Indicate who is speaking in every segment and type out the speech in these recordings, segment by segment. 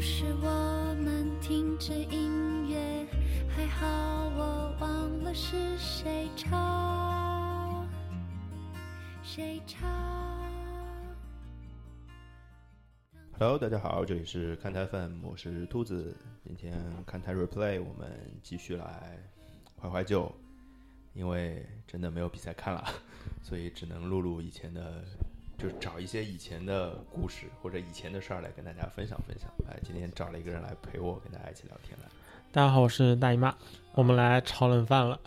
Speaker 1: 时我们听着音乐，还好我忘了是谁唱，谁唱。
Speaker 2: Hello，大家好，这里是看台 FM，我是兔子。今天看台 Replay，我们继续来怀怀旧，因为真的没有比赛看了， 所以只能录录以前的，就找一些以前的故事或者以前的事儿来跟大家分享分享。哎，今天找了一个人来陪我，跟大家一起聊天来。
Speaker 3: 大家好，我是大姨妈，我们来炒冷饭了，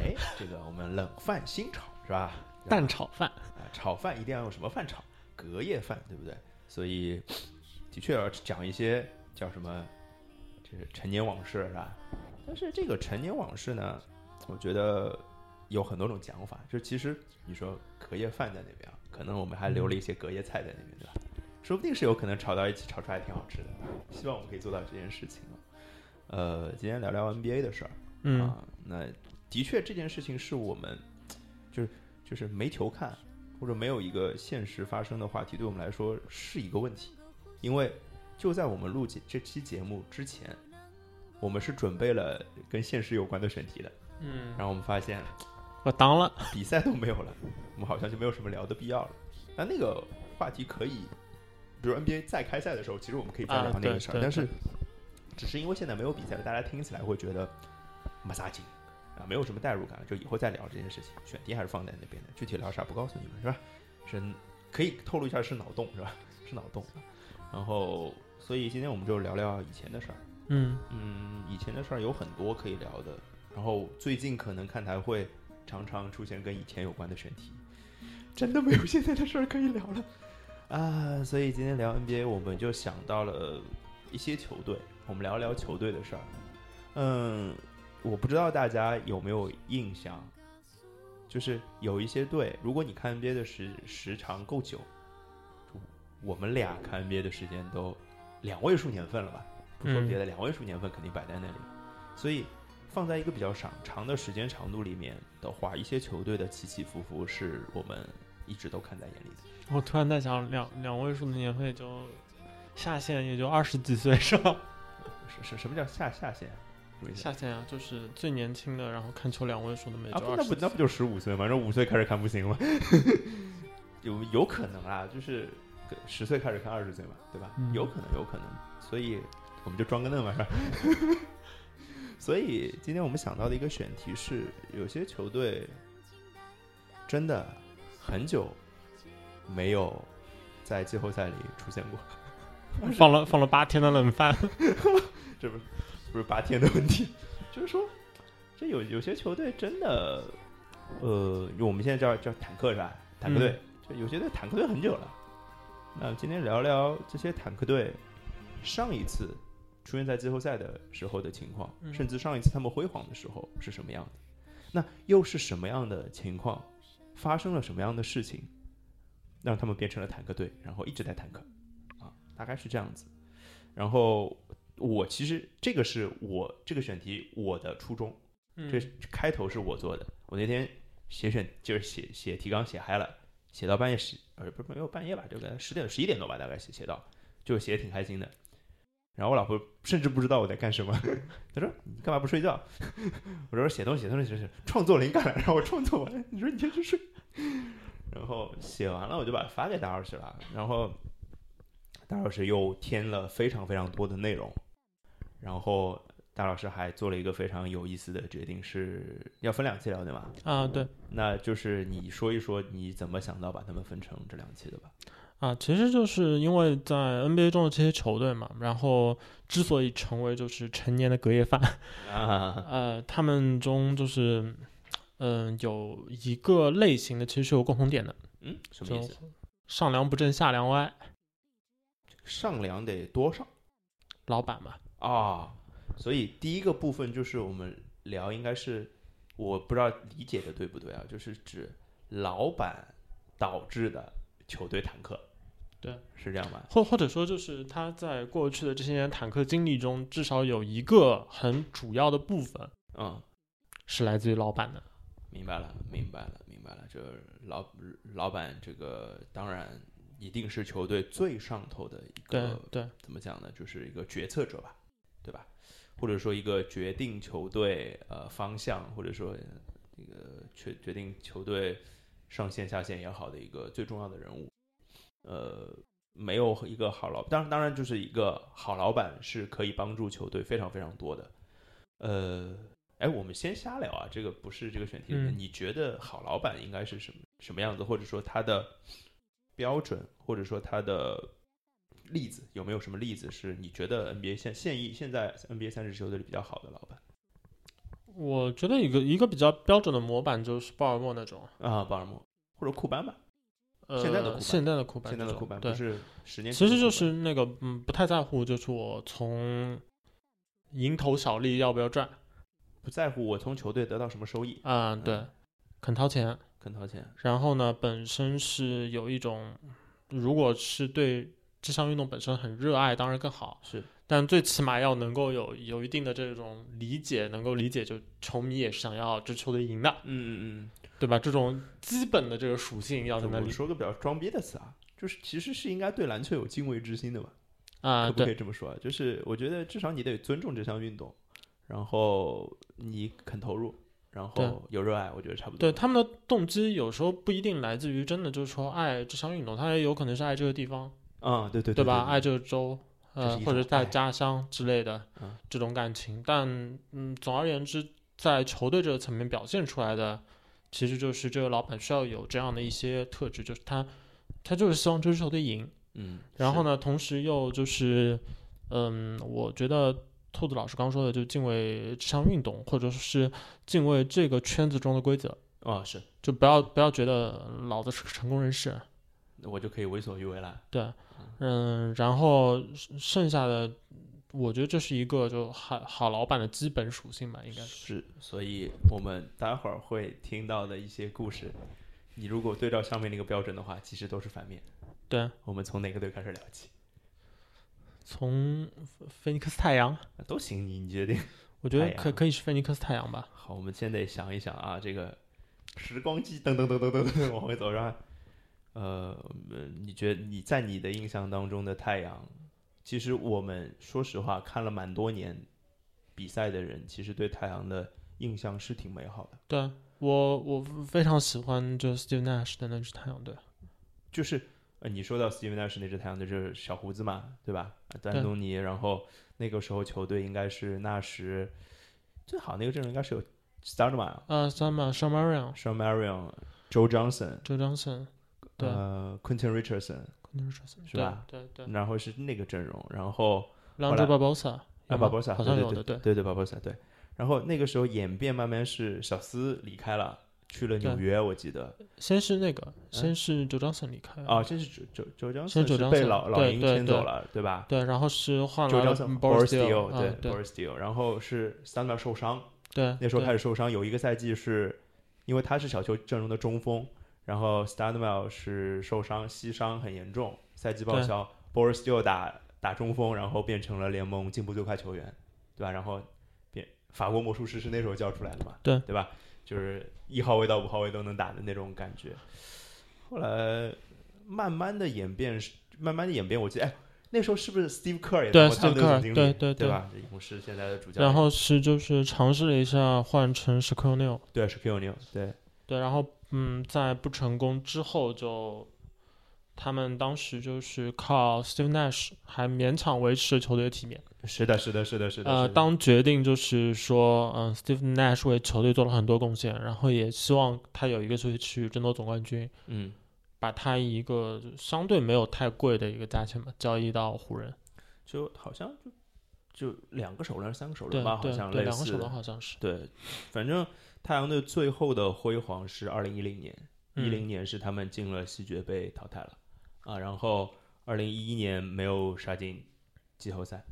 Speaker 2: 哎，这个我们冷饭新炒是吧？
Speaker 3: 蛋炒饭。
Speaker 2: 啊，炒饭一定要用什么饭炒？隔夜饭，对不对？所以的确要讲一些叫什么，这是陈年往事是吧？但是这个陈年往事呢，我觉得有很多种讲法。就其实你说隔夜饭在那边，啊可能我们还留了一些隔夜菜在那边，对吧？说不定是有可能炒到一起，炒出来挺好吃的。希望我们可以做到这件事情啊。呃，今天聊聊 NBA 的事儿。
Speaker 3: 嗯，
Speaker 2: 啊，那的确这件事情是我们就是就是没球看，或者没有一个现实发生的话题，对我们来说是一个问题，因为就在我们录节这期节目之前，我们是准备了跟现实有关的选题的，
Speaker 3: 嗯，
Speaker 2: 然后我们发现
Speaker 3: 我当了，
Speaker 2: 比赛都没有了， 我们好像就没有什么聊的必要了。那那个话题可以，比如 NBA 再开赛的时候，其实我们可以再聊
Speaker 3: 啊
Speaker 2: 那个
Speaker 3: 对
Speaker 2: 事儿，
Speaker 3: 对
Speaker 2: 但是只是因为现在没有比赛了，大家听起来会觉得马萨劲啊，没有什么代入感了，就以后再聊这件事情。选题还是放在那边的，具体聊啥不告诉你们是吧？是可以透露一下是脑洞是吧？是脑洞。然后，所以今天我们就聊聊以前的事儿。
Speaker 3: 嗯
Speaker 2: 嗯，以前的事儿有很多可以聊的。然后最近可能看台会常常出现跟以前有关的选题，真的没有现在的事儿可以聊了啊！所以今天聊 NBA，我们就想到了一些球队，我们聊一聊球队的事儿。嗯，我不知道大家有没有印象，就是有一些队，如果你看 NBA 的时时长够久，我们俩看 NBA 的时间都两位数年份了吧？不说别的，两位数年份肯定摆在那里。所以放在一个比较长长的时间长度里面的话，一些球队的起起伏伏是我们一直都看在眼里的。
Speaker 3: 我突然在想，两两位数的年会就下限也就二十几岁是吧？
Speaker 2: 什什什么叫下下限？什么意思
Speaker 3: 下限啊，就是最年轻的，然后看球两位数的没
Speaker 2: 啊，
Speaker 3: 就
Speaker 2: 不
Speaker 3: 二
Speaker 2: 那
Speaker 3: 十
Speaker 2: 不
Speaker 3: 几
Speaker 2: 那不就十五岁吗？这五岁开始看不行吗？ 有有可能啊，就是十岁开始看二十岁嘛，对吧？
Speaker 3: 嗯
Speaker 2: 有可能，有可能，所以我们就装个嫩嘛，是吧？ 所以今天我们想到的一个选题是，有些球队真的很久没有在季后赛里出现过，
Speaker 3: 放了放了八天的冷饭。
Speaker 2: 这不是不是八天的问题， 就是说，这有有些球队真的，呃，我们现在叫叫坦克是吧？坦克队，就有些队坦克队很久了。那今天聊聊这些坦克队上一次出现在季后赛的时候的情况，
Speaker 3: 嗯
Speaker 2: 甚至上一次他们辉煌的时候是什么样的，那又是什么样的情况，发生了什么样的事情，让他们变成了坦克队，然后一直在坦克，啊，大概是这样子。然后我其实这个是我这个选题我的初衷，
Speaker 3: 嗯
Speaker 2: 这开头是我做的。我那天写选就是写写提纲写嗨了，写到半夜十呃不是没有半夜吧，这个十点十一点多吧，大概写写到，就写的挺开心的。然后我老婆甚至不知道我在干什么， 她说你干嘛不睡觉？ 我说写东西写东西写东西，创作灵感了，让我创作完。你说你这是睡。然后写完了我就把它发给大老师了，然后大老师又添了非常非常多的内容，然后大老师还做了一个非常有意思的决定，是要分两期聊对吗？
Speaker 3: 啊对
Speaker 2: 那就是你说一说你怎么想到把它们分成这两期的吧？
Speaker 3: 啊，其实就是因为在 NBA 中的这些球队嘛，然后之所以成为就是成年的隔夜饭，
Speaker 2: 啊，
Speaker 3: 呃，他们中就是，嗯、有一个类型的其实是有共同点的，
Speaker 2: 嗯，什么
Speaker 3: 就
Speaker 2: 意思？
Speaker 3: 上梁不正下梁歪，
Speaker 2: 上梁得多上
Speaker 3: 老板嘛，
Speaker 2: 啊、所以第一个部分就是我们聊，应该是我不知道理解的对不对啊？就是指老板导致的球队坦克，
Speaker 3: 对，
Speaker 2: 是这样吧？
Speaker 3: 或或者说就是他在过去的这些年坦克经历中，至少有一个很主要的部分
Speaker 2: 嗯，
Speaker 3: 是来自于老板的。
Speaker 2: 明白了，明白了，明白了。这老老板这个当然一定是球队最上头的一
Speaker 3: 对
Speaker 2: 个
Speaker 3: 对，
Speaker 2: 怎么讲呢？就是一个决策者吧，对吧？或者说一个决定球队呃方向，或者说呃这个决决定球队上线下线也好的一个最重要的人物。呃，没有一个好老，当然当然就是一个好老板是可以帮助球队非常非常多的。呃，哎，我们先瞎聊啊，这个不是这个选题里面。
Speaker 3: 嗯
Speaker 2: 你觉得好老板应该是什么什么样子，或者说他的标准，或者说他的例子有没有什么例子是你觉得 NBA 现现役现在 NBA 三十球队里比较好的老板
Speaker 3: 我觉得一个一个比较标准的模板就是鲍尔默那种，
Speaker 2: 啊？巴尔默或者库班吧，
Speaker 3: 呃，
Speaker 2: 现在的库班
Speaker 3: 现在的库班
Speaker 2: 现在
Speaker 3: 那种，
Speaker 2: 的库班
Speaker 3: 对
Speaker 2: 不，是十年前的库班，
Speaker 3: 其实就是那个嗯，不太在乎，就是我从蝇头小利要不要赚
Speaker 2: 不在乎我从球队得到什么收益，
Speaker 3: 啊、
Speaker 2: 嗯
Speaker 3: 对，肯掏钱，
Speaker 2: 肯掏钱
Speaker 3: 然后呢，本身是有一种，如果是对这项运动本身很热爱，当然更好。
Speaker 2: 是
Speaker 3: 但最起码要能够有有一定的这种理解，能够理解就球迷也是想要这球队赢的，
Speaker 2: 嗯嗯嗯。
Speaker 3: 对吧？这种基本的这个属性要在那
Speaker 2: 我
Speaker 3: 里
Speaker 2: 说个比较装逼的词啊，就是其实是应该对篮球有敬畏之心的吧？
Speaker 3: 啊，
Speaker 2: 可不可
Speaker 3: 对
Speaker 2: 以这么说啊？就是我觉得至少你得尊重这项运动，然后你肯投入，然后有热爱，我觉得差不多
Speaker 3: 对，
Speaker 2: 了。
Speaker 3: 他们的动机有时候不一定来自于真的就是说爱这项运动，他也有可能是爱这个地方，
Speaker 2: 嗯，对对
Speaker 3: 对
Speaker 2: 对
Speaker 3: 吧？爱
Speaker 2: 对
Speaker 3: 这个州，
Speaker 2: 这
Speaker 3: 呃
Speaker 2: 是一，
Speaker 3: 或者
Speaker 2: 种
Speaker 3: 在
Speaker 2: 爱
Speaker 3: 家乡之类的、
Speaker 2: 嗯
Speaker 3: 这种感情。但嗯，总而言之，在球队这个层面表现出来的，其实就是这个老板需要有这样的一些特质，就是他他就是希望这支球队赢。
Speaker 2: 嗯，
Speaker 3: 然后
Speaker 2: 呢？
Speaker 3: 呢，同时又就是嗯，我觉得兔子老师刚说的，就敬畏这项运动，或者是敬畏这个圈子中的规则。
Speaker 2: 啊、是
Speaker 3: 就不要不要觉得老子是个成功人士，
Speaker 2: 我就可以为所欲为了。
Speaker 3: 对，嗯，然后剩剩下的，我觉得这是一个就好好老板的基本属性吧，应该是。
Speaker 2: 是，所以我们待会儿会听到的一些故事，你如果对照上面那个标准的话，其实都是反面。
Speaker 3: 对，啊
Speaker 2: 我们从哪个队开始聊起？
Speaker 3: 从菲尼克斯太阳，
Speaker 2: 啊都行，你你决定。
Speaker 3: 我觉
Speaker 2: 太
Speaker 3: 得
Speaker 2: 阳
Speaker 3: 可可以是菲尼克斯太阳吧。
Speaker 2: 好，我们先得想一想啊，这个时光机噔噔噔噔噔噔 往回走，然后，呃，嗯你觉得你在你的印象当中的太阳，其实我们说实话看了蛮多年比赛的人，其实对太阳的印象是挺美好的。
Speaker 3: 对啊我我非常喜欢就 Steve Nash 的那支太阳队，
Speaker 2: 就是呃，你说到 Steve Nash 那支太阳队就是小胡子嘛，对吧？啊
Speaker 3: 对
Speaker 2: 丹东尼，然后那个时候球队应该是纳什，最好那个阵容应该是有 Starman、
Speaker 3: 呃 s a m a s h a m a r i a n
Speaker 2: s h a m a r i o n Joe Johnson，
Speaker 3: Joe Johnson，对啊
Speaker 2: 呃，Quentin Richardson，是
Speaker 3: 对
Speaker 2: 吧
Speaker 3: 对对
Speaker 2: 然后是那个阵容，然后
Speaker 3: ，Lonzo
Speaker 2: 来
Speaker 3: Barbosa，
Speaker 2: 啊，
Speaker 3: 有吗
Speaker 2: 巴博萨，
Speaker 3: 好像
Speaker 2: 对
Speaker 3: 有的，
Speaker 2: 对
Speaker 3: 对
Speaker 2: 对对，巴博萨对。然后那个时候演变慢慢是小斯离开了，去了纽
Speaker 3: 对
Speaker 2: 约，我记得
Speaker 3: 先是那个，
Speaker 2: 嗯
Speaker 3: 先是 Joe Johnson 离开
Speaker 2: 啊，先是周周周江，
Speaker 3: 先 Joe
Speaker 2: 是被
Speaker 3: Johnson，
Speaker 2: 老老
Speaker 3: 对
Speaker 2: 鹰
Speaker 3: 对
Speaker 2: 牵走
Speaker 3: 对
Speaker 2: 了，对吧？
Speaker 3: 对，然后是换
Speaker 2: 周
Speaker 3: 来
Speaker 2: 江
Speaker 3: 了
Speaker 2: 森
Speaker 3: b o r
Speaker 2: Boris
Speaker 3: s d i
Speaker 2: Diaw，
Speaker 3: l 啊，
Speaker 2: 对
Speaker 3: 对
Speaker 2: Boris Diaw，然后是 Thunder 受伤，
Speaker 3: 对，
Speaker 2: 那时候
Speaker 3: 对
Speaker 2: 开始受伤，有一个赛季是因为他是小球阵容的中锋，然后 s t a n m e l 是受伤膝伤很严重，赛季报
Speaker 3: 对
Speaker 2: 销，Boris Diaw 打打中锋，然后变成了联盟进步最快球员，对吧？然后变法国魔术师是那时候叫出来的嘛，
Speaker 3: 对
Speaker 2: 对吧？就是一号位到五号位都能打的那种感觉。后来慢慢的演变是，慢慢的演变，我记得哎，那时候是不是 Steve Kerr 也当过他们
Speaker 3: 对 Steve
Speaker 2: 的总
Speaker 3: Kerr，
Speaker 2: 经理，
Speaker 3: 对对对
Speaker 2: 吧？勇士现在的主教练，
Speaker 3: 然后是就是尝试了一下换成 s h a q u i l n e
Speaker 2: 对是 Q 牛，对。
Speaker 3: 对，然后嗯，在不成功之后就，他们当时就是靠 Steve Nash 还勉强维持球队的体面。
Speaker 2: 是的，是的，是的，是的。
Speaker 3: 呃，
Speaker 2: 是的
Speaker 3: 当决定就是说，嗯、s t e v e Nash 为球队做了很多贡献，然后也希望他有一个机会去争夺总冠军，
Speaker 2: 嗯，
Speaker 3: 把他以一个相对没有太贵的一个价钱吧交易到湖人。
Speaker 2: 就好像就就两个首轮、三个首
Speaker 3: 对
Speaker 2: 轮吧，好
Speaker 3: 对
Speaker 2: 像
Speaker 3: 对，
Speaker 2: 类
Speaker 3: 两个
Speaker 2: 似
Speaker 3: 手
Speaker 2: 的
Speaker 3: 的好像是。
Speaker 2: 对，反正太阳队最后的辉煌是二零一零年，
Speaker 3: 嗯
Speaker 2: 一零、年是他们进了西决被淘汰了啊，然后二零一一年没有杀进季后赛，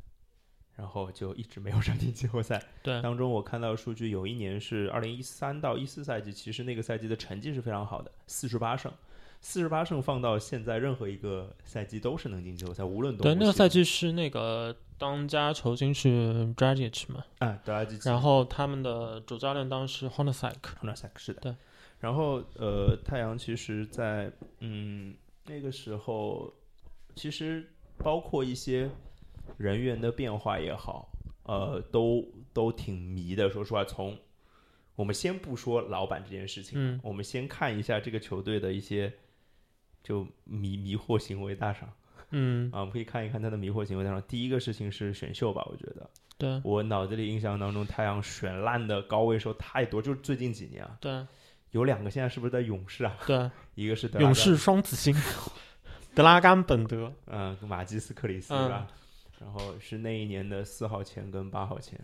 Speaker 2: 然后就一直没有杀进季后赛。
Speaker 3: 对
Speaker 2: 当中我看到的数据，有一年是二零一三到一四赛季，其实那个赛季的成绩是非常好的，四十八胜。四十八胜放到现在任何一个赛季都是能进季后赛，无论东
Speaker 3: 对，
Speaker 2: 部
Speaker 3: 那个
Speaker 2: 西
Speaker 3: 赛
Speaker 2: 部
Speaker 3: 季是那个当家球星是 Dragic 嘛，
Speaker 2: 啊，德拉季奇
Speaker 3: 然后他们的主教练当时 h o n a s a k
Speaker 2: 亨德萨克是的，
Speaker 3: 对。
Speaker 2: 然后呃，太阳其实在嗯那个时候，其实包括一些人员的变化也好，呃，都都挺迷的。说实话，从我们先不说老板这件事情，
Speaker 3: 嗯
Speaker 2: 我们先看一下这个球队的一些就迷迷惑行为大赏
Speaker 3: 嗯，
Speaker 2: 啊，我们可以看一看他的迷惑行为大赏。第一个事情是选秀吧，我觉得
Speaker 3: 对
Speaker 2: 我脑子里印象当中，太阳选烂的高位时候太多，就是最近几年啊，
Speaker 3: 对
Speaker 2: 有两个现在是不是在勇士啊？
Speaker 3: 对，
Speaker 2: 一个是德拉
Speaker 3: 勇
Speaker 2: 扎
Speaker 3: 士双子星，德拉甘本德，
Speaker 2: 嗯，马基斯克里斯
Speaker 3: 嗯
Speaker 2: 吧，然后是那一年的四号签跟八号签，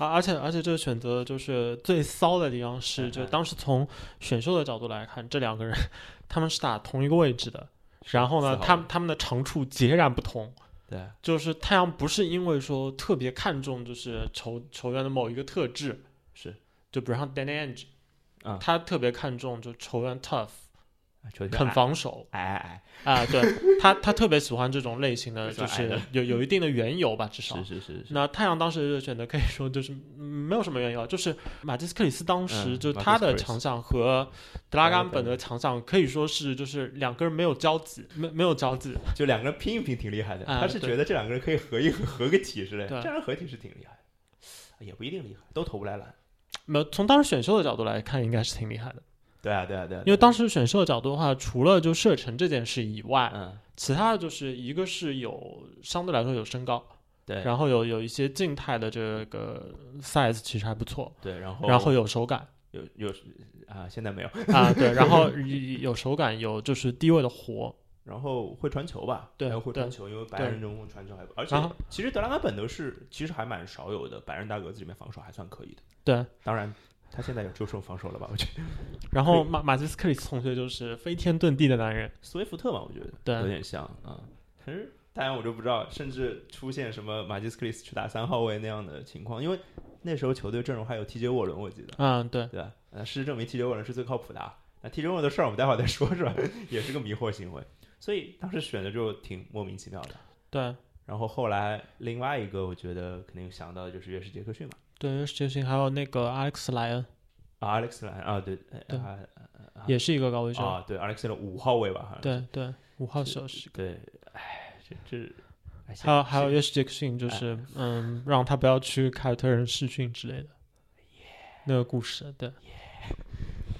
Speaker 3: 而、而且而且这个选择就是最骚的地方是，就
Speaker 2: 嗯嗯
Speaker 3: 当时从选秀的角度来看，这两个人他们是打同一个位置的，然后呢，
Speaker 2: 四号
Speaker 3: 他们他们的长处截然不同。
Speaker 2: 对，
Speaker 3: 就是太阳不是因为说特别看重就是球球员的某一个特质，
Speaker 2: 是
Speaker 3: 就比如像 Danny Ainge，、
Speaker 2: 嗯
Speaker 3: 他特别看重就球员 tough，
Speaker 2: 啊球哎队
Speaker 3: 肯防守
Speaker 2: 矮矮矮，
Speaker 3: 啊、对他他特别喜欢这种类 型的，
Speaker 2: 喜
Speaker 3: 就
Speaker 2: 欢矮
Speaker 3: 是
Speaker 2: 的
Speaker 3: 有有一定的缘由吧，至少
Speaker 2: 是。是是是，
Speaker 3: 那太阳当时的选择可以说就是嗯没有什么缘由，就是马蒂斯克里斯当时
Speaker 2: 嗯
Speaker 3: 就
Speaker 2: 马蒂斯
Speaker 3: 他的
Speaker 2: 克里斯
Speaker 3: 强项和德拉甘本的强项可以说是就是两个人没有交集，没没有交集，
Speaker 2: 就两个人拼一拼挺厉害的，
Speaker 3: 啊
Speaker 2: 他是
Speaker 3: 对
Speaker 2: 觉得这两个人可以合一合合个体之类
Speaker 3: 对
Speaker 2: 的，这两人合体是挺厉害的，哎也不一定厉害，都投不来篮。
Speaker 3: 没有从当时选秀的角度来看应该是挺厉害的。
Speaker 2: 对啊对啊对啊，
Speaker 3: 因为当
Speaker 2: 时
Speaker 3: 时选秀的角度的话，除了就射程这件事以外，
Speaker 2: 嗯
Speaker 3: 其他的就是一个是有相对来说有身高，
Speaker 2: 对，
Speaker 3: 然后有有一些静态的这个呃 size 其实还不错，
Speaker 2: 对然后
Speaker 3: 然后有手感
Speaker 2: 有有啊现在没有，
Speaker 3: 啊，对，然后有手感，有就是低位的活，
Speaker 2: 然后会传球吧，
Speaker 3: 对
Speaker 2: 还有会
Speaker 3: 对
Speaker 2: 传球，因为白
Speaker 3: 对啊
Speaker 2: 人中传球还不，而且
Speaker 3: 然后
Speaker 2: 其实德拉甘本德是其实还蛮少有的，白人大个子里面防守还算可以的，
Speaker 3: 对，
Speaker 2: 当然。他现在有就这种防守了吧？我觉得
Speaker 3: 然后马马基斯克里斯同学就是飞天遁地的男人，
Speaker 2: 斯威夫特嘛，我觉得
Speaker 3: 对
Speaker 2: 有点像啊。可是当然我就不知道，甚至出现什么马基斯克里斯去打三号位那样的情况，因为那时候球队阵容还有 TJ 沃伦，我记得
Speaker 3: 嗯，对，
Speaker 2: 对吧？呃，事实证明 TJ 沃伦是最靠谱的啊。那 TJ 沃伦的事儿我们待会儿再说，是吧？ 也是个迷惑行为，所以当时选的就挺莫名其妙的。
Speaker 3: 对，
Speaker 2: 然后后来另外一个，我觉得肯定想到的就是约什杰克逊嘛，
Speaker 3: 对，杰星还有那个 Alex 莱恩
Speaker 2: 啊，Alex 莱啊，对，
Speaker 3: 对
Speaker 2: 啊啊
Speaker 3: 也是一个高位射，
Speaker 2: 啊，对，Alex 的五号位吧，好像
Speaker 3: 对对，五号射是。
Speaker 2: 对，哎，这这，哎
Speaker 3: 还有还有
Speaker 2: 是
Speaker 3: 约什杰克逊，就是
Speaker 2: 哎
Speaker 3: 嗯，让他不要去凯尔特人试训之类的，
Speaker 2: 哎
Speaker 3: 那个故事，对，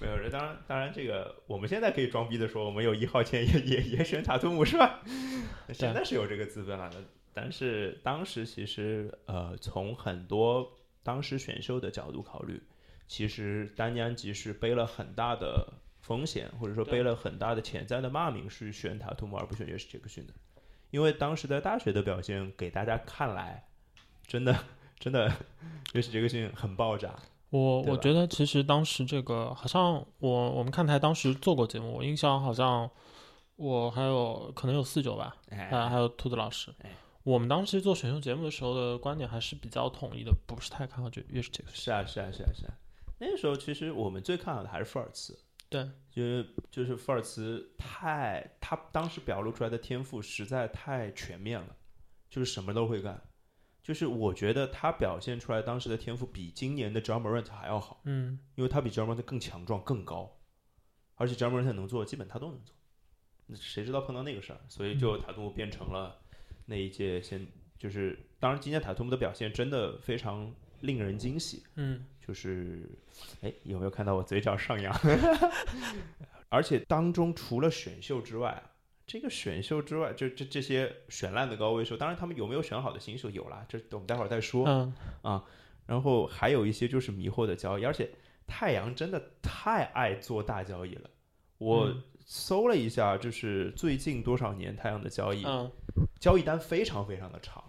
Speaker 2: 没有，这当然当然这个我们现在可以装逼的说，我们有一号签也也也选塔图姆是吧？
Speaker 3: 嗯
Speaker 2: 现在是有这个资本了的，但是当时其实呃，从很多当时选秀的角度考虑，其实丹尼安吉是背了很大的风险，或者说
Speaker 3: 对
Speaker 2: 背了很大的潜在的骂名，是选塔图姆而不选约什杰克逊的，因为当时在大学的表现给大家看来，真的真的 约什杰克逊很爆炸，
Speaker 3: 我
Speaker 2: 对
Speaker 3: 我
Speaker 2: 吧
Speaker 3: 觉得其实当时这个好像我我们看台当时做过节目，我印象好像我还有可能有四九吧，
Speaker 2: 哎，
Speaker 3: 啊，还有兔子老师
Speaker 2: 哎，
Speaker 3: 我们当时做选秀节目的时候的观点还是比较统一的，不是太看好这越是这个，
Speaker 2: 是啊，是啊，是啊，是啊。那个时候其实我们最看好的还是富尔茨，
Speaker 3: 对，
Speaker 2: 就是就是富尔茨太他当时表露出来的天赋实在太全面了，就是什么都会干。就是我觉得他表现出来当时的天赋比今年的 j a m a r a n t 还要好，
Speaker 3: 嗯，
Speaker 2: 因为他比 j a m a r a n t 更强壮、更高，而且 j a m a r a n t 能做的基本他都能做。那谁知道碰到那个事儿，所以就塔图姆变成了那一届先就是，当然今年塔图姆的表现真的非常令人惊喜，
Speaker 3: 嗯，
Speaker 2: 就是，哎，有没有看到我嘴角上 扬？而且当中除了选秀之外啊，这个选秀之外，就这这些选烂的高位秀，当然他们有没有选好的新秀有啦，这我们待会儿再说。
Speaker 3: 嗯，
Speaker 2: 然后还有一些就是迷惑的交易，而且太阳真的太爱做大交易了。我
Speaker 3: 嗯
Speaker 2: 搜了一下，就是最近多少年太阳的交易，
Speaker 3: 嗯
Speaker 2: 交易单非常非常的长，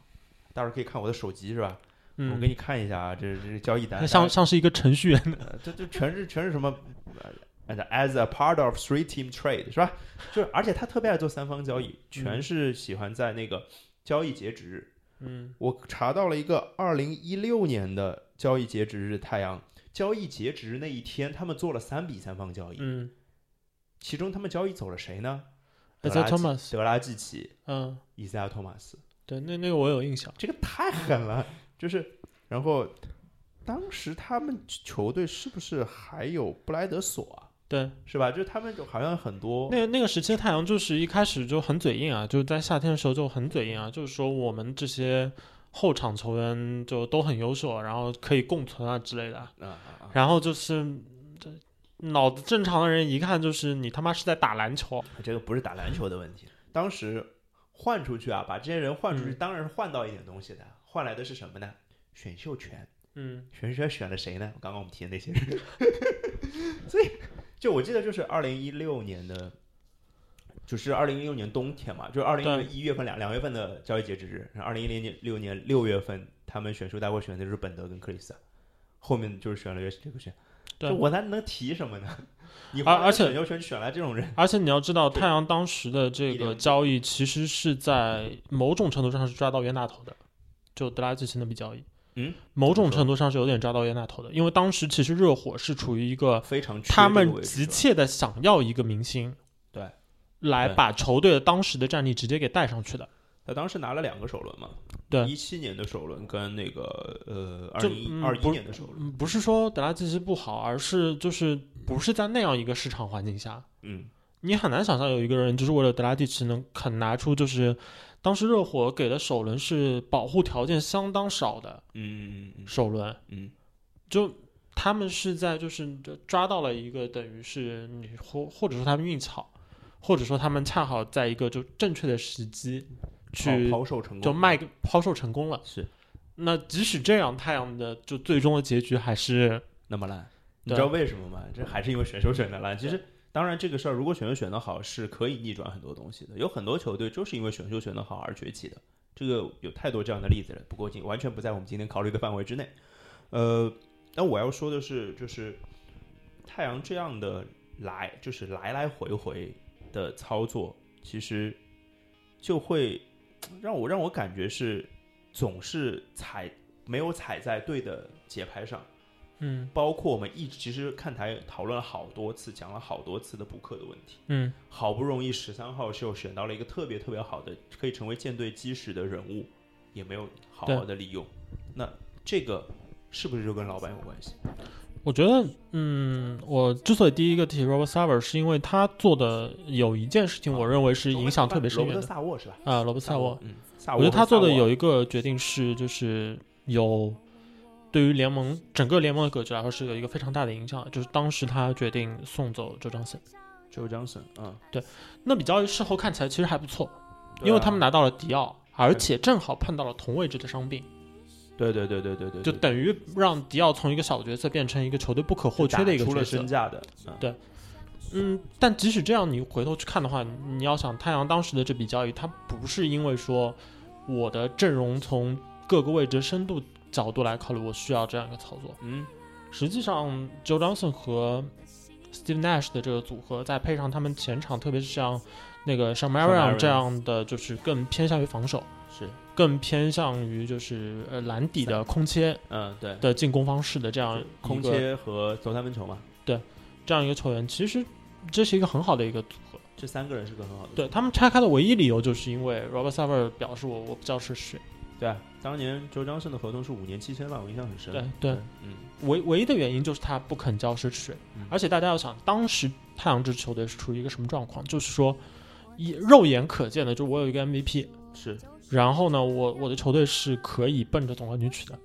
Speaker 2: 待会儿可以看我的手机是吧？
Speaker 3: 嗯，
Speaker 2: 我给你看一下啊，这这交易单
Speaker 3: 那像像是一个程序员，
Speaker 2: 呃这这全是全是什么呃？And as a part of three team trade 是吧？就是而且他特别爱做三方交易，全是喜欢在那个交易截止日。
Speaker 3: 嗯
Speaker 2: 我查到了一个二零一六年的交易截止日，太阳交易截止日那一天，他们做了三笔三方交易，
Speaker 3: 嗯
Speaker 2: 其中他们交易走了谁呢？德
Speaker 3: a z
Speaker 2: 拉
Speaker 3: a
Speaker 2: 季
Speaker 3: Thomas，
Speaker 2: 德拉季奇、
Speaker 3: 嗯，
Speaker 2: 伊赛亚·托马斯，
Speaker 3: 对，那那个我有印象，
Speaker 2: 这个太狠了，就是然后当时他们球队是不是还有布莱德索啊？
Speaker 3: 对，
Speaker 2: 是吧？就是他们就好像很多，
Speaker 3: 那那个时期的太阳就是一开始就很嘴硬啊，就是在夏天的时候就很嘴硬啊，就是说我们这些后场球员就都很优秀啊，然后可以共存啊之类的啊，
Speaker 2: 啊啊啊，
Speaker 3: 然后就是这脑子正常的人一看就是你他妈是在打篮球，啊
Speaker 2: 这个不是打篮球的问题。当时换出去啊，把这些人换出去，
Speaker 3: 嗯
Speaker 2: 当然是换到一点东西的，换来的是什么呢？选秀权。
Speaker 3: 嗯
Speaker 2: 选选选了谁呢？刚刚我们提的那些人，所 以就我记得就是二零一六年的，就是二零一六年冬天嘛，就是二
Speaker 3: 对
Speaker 2: 零一月份两两月份的交易截止日，然后二零一零年六年六月份他们选秀大会选的就是本德跟克里斯，后面就是选了约这个选，
Speaker 3: 对
Speaker 2: 就我还能提什么呢？你
Speaker 3: 而
Speaker 2: 花
Speaker 3: 而且
Speaker 2: 选秀权选来这种人，
Speaker 3: 而且你要知道，
Speaker 2: 对
Speaker 3: 太阳当时的这
Speaker 2: 一连
Speaker 3: 个
Speaker 2: 串
Speaker 3: 交易其实是在某种程度上是抓到冤大头的，就德拉季奇那笔交易，
Speaker 2: 嗯，
Speaker 3: 某
Speaker 2: 怎么
Speaker 3: 种
Speaker 2: 说
Speaker 3: 程度上是有点抓到冤大头的，因为当时其实热火是处于一个
Speaker 2: 非常缺
Speaker 3: 他
Speaker 2: 这个
Speaker 3: 们
Speaker 2: 位置
Speaker 3: 急
Speaker 2: 是吧
Speaker 3: 切的想要一个明星，
Speaker 2: 对，
Speaker 3: 来
Speaker 2: 对
Speaker 3: 把球队的当时的战力直接给带上去的，
Speaker 2: 他当时拿了两个首轮嘛，
Speaker 3: 对
Speaker 2: 一七年的首轮跟那个呃二
Speaker 3: 就
Speaker 2: 零
Speaker 3: 嗯
Speaker 2: 二一
Speaker 3: 不
Speaker 2: 年的首轮，
Speaker 3: 嗯不是说德拉季奇不好，而是就是不是在那样一个市场环境下，
Speaker 2: 嗯。
Speaker 3: 你很难想象有一个人就是为了德拉季奇能肯拿出就是。当时热火给的首轮是保护条件相当少的
Speaker 2: 嗯嗯嗯
Speaker 3: 首轮，
Speaker 2: 嗯
Speaker 3: 就他们是在就是抓到了一个等于是你或或者说他们运气好，或者说他们恰好在一个就正确的时机
Speaker 2: 嗯，
Speaker 3: 去
Speaker 2: 抛抛售成功
Speaker 3: 就卖给抛售成功了。
Speaker 2: 是
Speaker 3: 那即使这样，太阳的就最终的结局还是
Speaker 2: 那么烂，你
Speaker 3: 对
Speaker 2: 知道为什么吗？这还是因为选手选的烂。其实当然这个事儿，如果选秀选的好，是可以逆转很多东西的。有很多球队就是因为选秀选的好而崛起的，这个有太多这样的例子了。不过今完全不在我们今天考虑的范围之内。呃，但我要说的是，就是太阳这样的来，就是来来回回的操作，其实就会让我让我感觉是总是踩没有踩在对的节拍上。
Speaker 3: 嗯
Speaker 2: 包括我们一直其实看台讨论了好多次，讲了好多次的补课的问题。
Speaker 3: 嗯
Speaker 2: 好不容易十三号秀选到了一个特别特别好的，可以成为舰队基石的人物，也没有好好的利用。那这个是不是就跟老板有关系？
Speaker 3: 我觉得，嗯，我之所以第一个提 Robert Sarver，是因为他做的有一件事情，我认为是影响特别深
Speaker 2: 罗
Speaker 3: 远
Speaker 2: 伯
Speaker 3: 的
Speaker 2: 特萨沃是吧？
Speaker 3: 啊，罗伯萨沃，，
Speaker 2: 嗯，萨
Speaker 3: 我
Speaker 2: 沃。
Speaker 3: 啊觉得他做的有
Speaker 2: 一
Speaker 3: 一个决定是，就是有对于联盟整个联盟的格局来说是有一个非常大的影响的，就是当时他决定送走周张森，
Speaker 2: Joe Johnson，嗯，
Speaker 3: 那比较事后看起来其实还不错，
Speaker 2: 对啊
Speaker 3: 因为他们拿到了迪奥，而且正好碰到了同位置的伤病，
Speaker 2: 对对对对对对，
Speaker 3: 就等于让迪奥从一个小角色变成一个球队不可或缺的一个
Speaker 2: 出
Speaker 3: 角
Speaker 2: 了
Speaker 3: 色
Speaker 2: 身。价的，嗯
Speaker 3: 对嗯，但即使这样，你回头去看的话，你要想太阳当时的这笔交易，它不是因为说我的阵容从各个位置深度角度来考虑，我需要这样一个操作。
Speaker 2: 嗯，
Speaker 3: 实际上，Joe Johnson 和 Steve Nash 的这个组合，再配上他们前场，特别是像那个像
Speaker 2: Marion
Speaker 3: Marion 这样的，就是更偏向于防守，
Speaker 2: 嗯是，
Speaker 3: 更偏向于就是呃篮底的空切
Speaker 2: 嗯，对，
Speaker 3: 的进攻方式的这样一
Speaker 2: 空
Speaker 3: 个
Speaker 2: 切和投三分球嘛，
Speaker 3: 这样一个球员，其实这是一个很好的一个组合。
Speaker 2: 这三个人是个很好的。
Speaker 3: 对他们拆开的唯一理由，就是因为 Robert Sarver 表示我我不知道是谁。
Speaker 2: 对啊，当年周江胜的合同是五年七千万，我印象很深。
Speaker 3: 对对，
Speaker 2: 嗯，
Speaker 3: 唯唯一的原因就是他不肯交奢侈税。
Speaker 2: 嗯
Speaker 3: 而且大家要想，当时太阳这支球队是处于一个什么状况？就是说，一肉眼可见的，就我有一个 MVP，
Speaker 2: 是，
Speaker 3: 然后呢，我我的球队是可以奔着总冠军去的。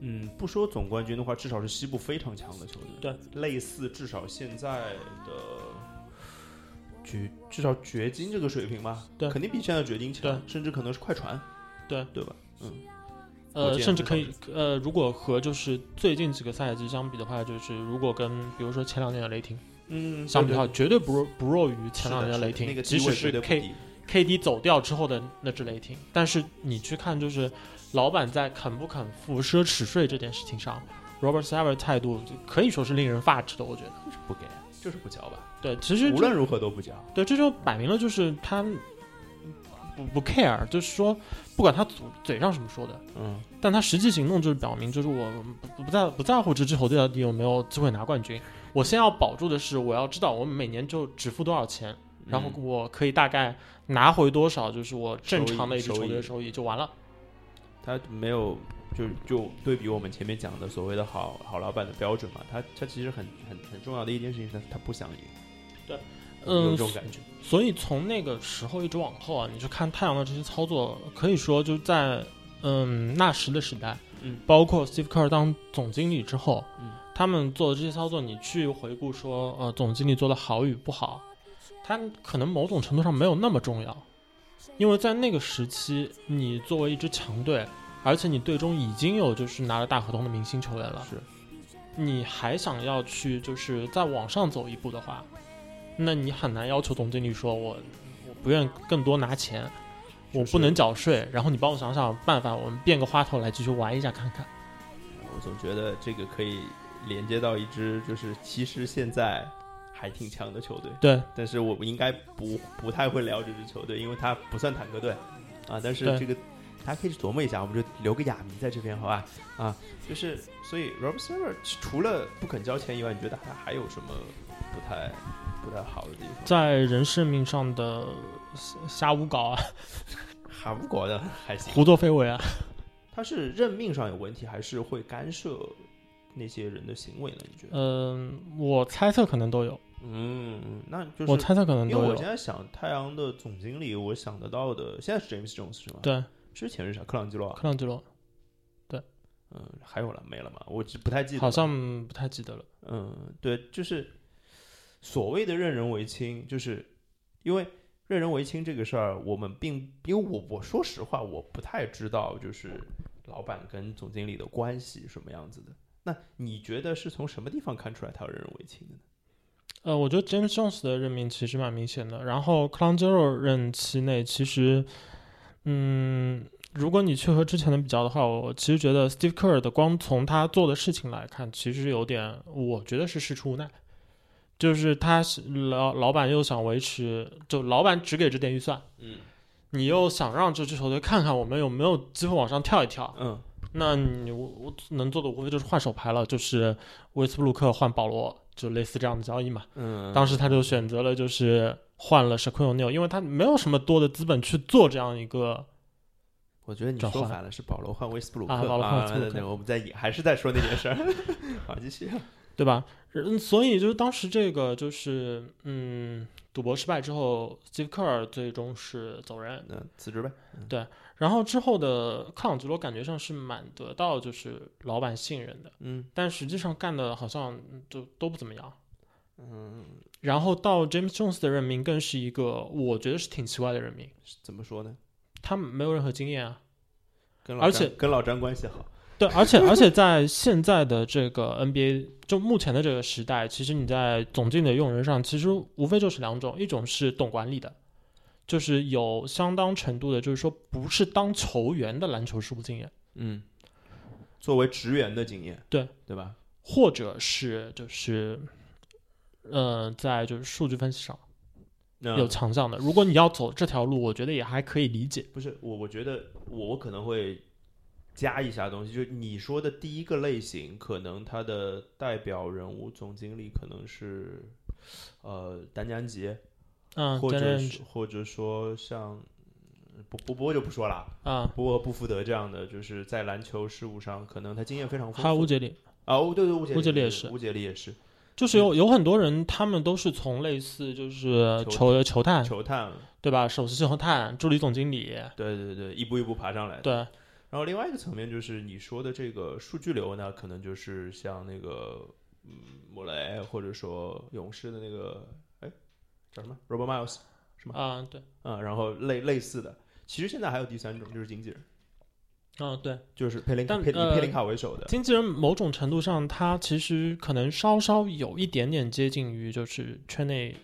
Speaker 2: 嗯，不说总冠军的话，至少是西部非常强的球队。对，类似至少现在的掘，至少掘金这个水平吧，
Speaker 3: 对
Speaker 2: 肯定比现在掘金强，
Speaker 3: 对
Speaker 2: 甚至可能是快船，
Speaker 3: 对
Speaker 2: 对吧？嗯，火
Speaker 3: 呃，
Speaker 2: 箭
Speaker 3: 甚至可以，呃，如果和就是最近几个赛季相比的话，就是如果跟比如说前两年的雷霆
Speaker 2: 嗯，
Speaker 3: 相比的
Speaker 2: 对
Speaker 3: 话，绝对不弱不弱于
Speaker 2: 对是
Speaker 3: 前两年
Speaker 2: 的是
Speaker 3: 雷
Speaker 2: 的
Speaker 3: 霆，
Speaker 2: 那个
Speaker 3: 即
Speaker 2: 地
Speaker 3: 使
Speaker 2: 位
Speaker 3: 是
Speaker 2: 绝对不
Speaker 3: K
Speaker 2: 低
Speaker 3: KD 走掉之后的那只雷霆，但是你去看，就是老板在肯不肯付奢侈税这件事情上，Robert Sarver 的态度就可以说是令人发指的。我觉得，
Speaker 2: 就是不给，就是不交吧，
Speaker 3: 对，其实
Speaker 2: 无
Speaker 3: 这
Speaker 2: 论如何都不交。
Speaker 3: 对这就摆明了就是他不不 care，就是说不管他嘴嘴上什么说的，
Speaker 2: 嗯，
Speaker 3: 但他实际行动就是表明，就是我不不在不在乎这支球队到底有没有机会拿冠军，我先要保住的是，我要知道我每年就只付多少钱，然后
Speaker 2: 嗯
Speaker 3: 我可以大概拿回多少，就是我正常的一支
Speaker 2: 收益
Speaker 3: 球队的收益就完了。
Speaker 2: 他没有就就对比我们前面讲的所谓的好好老板的标准嘛，他他其实很很很重要的一件事情，他他不想赢，
Speaker 3: 对，
Speaker 2: 有
Speaker 3: 嗯
Speaker 2: 这种感觉，
Speaker 3: 所以从那个时候一直往后啊，你去看太阳的这些操作，可以说就在嗯纳什的时代，
Speaker 2: 嗯，
Speaker 3: 包括 Steve Kerr 当总经理之后，
Speaker 2: 嗯，
Speaker 3: 他们做的这些操作，你去回顾说，呃，总经理做的好与不好，他可能某种程度上没有那么重要，因为在那个时期，你作为一支强队，而且你队中已经有就是拿了大合同的明星球员了，
Speaker 2: 是
Speaker 3: 你还想要去就是再往上走一步的话，那你很难要求总经理说我我不愿更多拿钱，我
Speaker 2: 就是
Speaker 3: 不能缴税，然后你帮我想想办法，我们变个花头来继续玩一下看看。
Speaker 2: 我总觉得这个可以连接到一支就是其实现在还挺强的球队，
Speaker 3: 对，
Speaker 2: 但是我应该不不太会聊这支球队，因为他不算坦克队啊。但是
Speaker 3: 对
Speaker 2: 这个大家可以琢磨一下，我们就留个哑谜在这边，好吧？啊，就是所以 Robert s e r v e r 除了不肯交钱以外，你觉得他还有什么不太不太好的地方？
Speaker 3: 在人事命上的瞎瞎胡搞啊，
Speaker 2: 韩国的还行，
Speaker 3: 胡作非为啊，
Speaker 2: 他是任命上有问题，还是会干涉那些人的行为呢？你觉得？
Speaker 3: 嗯、我猜测可能都有，
Speaker 2: 嗯，那就是
Speaker 3: 我猜测可能
Speaker 2: 因为
Speaker 3: 都
Speaker 2: 我
Speaker 3: 有
Speaker 2: 现，在想太阳的总经理，我想得到的现在是 James Jones 是吗？，
Speaker 3: 对，
Speaker 2: 之前是啥？克朗基罗啊。
Speaker 3: 克朗基罗
Speaker 2: 嗯，还有了没了吗？我只不太记得了。
Speaker 3: 好像不太记得了，
Speaker 2: 嗯，对，就是所谓的任人唯亲，就是因为任人唯亲这个事儿，我们并因为我我说实话，我不太知道就是老板跟总经理的关系什么样子的。那你觉得是从什么地方看出来他要任人唯亲的呢？
Speaker 3: 呃，我觉得 James Jones 的任命其实蛮明显的。然后 c l a n g e r o 任期内，其实，嗯，如果你去和之前的比较的话，我其实觉得 Steve Kerr 的光从他做的事情来看，其实有点，我觉得是事出无奈。就是他是老老板又想维持，就老板只给这点预算，
Speaker 2: 嗯
Speaker 3: 你又想让这支球队看看我们有没有机会往上跳一跳，
Speaker 2: 嗯
Speaker 3: 那你我我能做的无非就是换手牌了，就是威斯布鲁克换保罗，就类似这样的交易嘛。
Speaker 2: 嗯，
Speaker 3: 当时他就选择了就是换了 s h a q u i l O'Neal，因为他没有什么多的资本去做这样一个，
Speaker 2: 我觉得你
Speaker 3: 转
Speaker 2: 说
Speaker 3: 换
Speaker 2: 反了，是保罗换威斯布鲁克
Speaker 3: 啊保罗换威斯布鲁
Speaker 2: 对
Speaker 3: 克
Speaker 2: 对我们在也还是在说那件事儿。 好，继续。
Speaker 3: 对吧？嗯，所以就是当时这个就是嗯，赌博失败之后，Steve Kerr 最终是走人，
Speaker 2: 嗯，辞职呗。
Speaker 3: 然后之后的克朗吉罗感觉上是蛮得到就是老板信任的，
Speaker 2: 嗯
Speaker 3: 但实际上干的好像嗯就都不怎么样。
Speaker 2: 嗯，
Speaker 3: 然后到 James Jones 的任命更是一个我觉得是挺奇怪的任命，
Speaker 2: 是怎么说呢？
Speaker 3: 他没有任何经验啊，
Speaker 2: 跟老
Speaker 3: 而
Speaker 2: 詹
Speaker 3: 且
Speaker 2: 跟老詹关系好。
Speaker 3: 对，而且而且在现在的这个 NBA，就目前的这个时代，其实你在总经理的用人上，其实无非就是两种，一种是懂管理的，就是有相当程度的，就是说不是当球员的篮球事务经验，
Speaker 2: 嗯，作为职员的经验，
Speaker 3: 对
Speaker 2: 对吧？
Speaker 3: 或者是就是，呃，在就是数据分析上
Speaker 2: 那
Speaker 3: 有强项的。如果你要走这条路，我觉得也还可以理解。
Speaker 2: 不是我，我觉得我我可能会加一下东西，就你说的第一个类型，可能他的代表人物总经理可能是呃丹尼安杰，
Speaker 3: 嗯，
Speaker 2: 或
Speaker 3: 但
Speaker 2: 者
Speaker 3: 是
Speaker 2: 是或者说像嗯波波波就不说了，
Speaker 3: 啊，
Speaker 2: 波波布福德这样的，就是在篮球事务上，可能他经验非常丰富。
Speaker 3: 还有吴杰里，
Speaker 2: 啊，哦对对，吴杰
Speaker 3: 乌杰里
Speaker 2: 对
Speaker 3: 也
Speaker 2: 对
Speaker 3: 是
Speaker 2: 乌杰里也是
Speaker 3: 就是有有很多人，他们都是从类似就是
Speaker 2: 球
Speaker 3: 球球探
Speaker 2: 球探，
Speaker 3: 对吧？首席球探、助理总经理，
Speaker 2: 对对对，一步一步爬上来的。
Speaker 3: 对，
Speaker 2: 然后另外一个层面就是你说的这个数据流呢，可能就是像那个嗯莫雷或者说勇士的那个哎叫什么 Robert Miles 是
Speaker 3: 啊，对，
Speaker 2: 嗯，然后类类似的。其实现在还有第三种，就是经纪人，
Speaker 3: 嗯，对，
Speaker 2: 就是佩林
Speaker 3: 但
Speaker 2: 佩以
Speaker 3: 呃
Speaker 2: 佩林卡为首的。
Speaker 3: 经纪人某种程度上，他其实可能稍稍有一点点接近于就是圈内，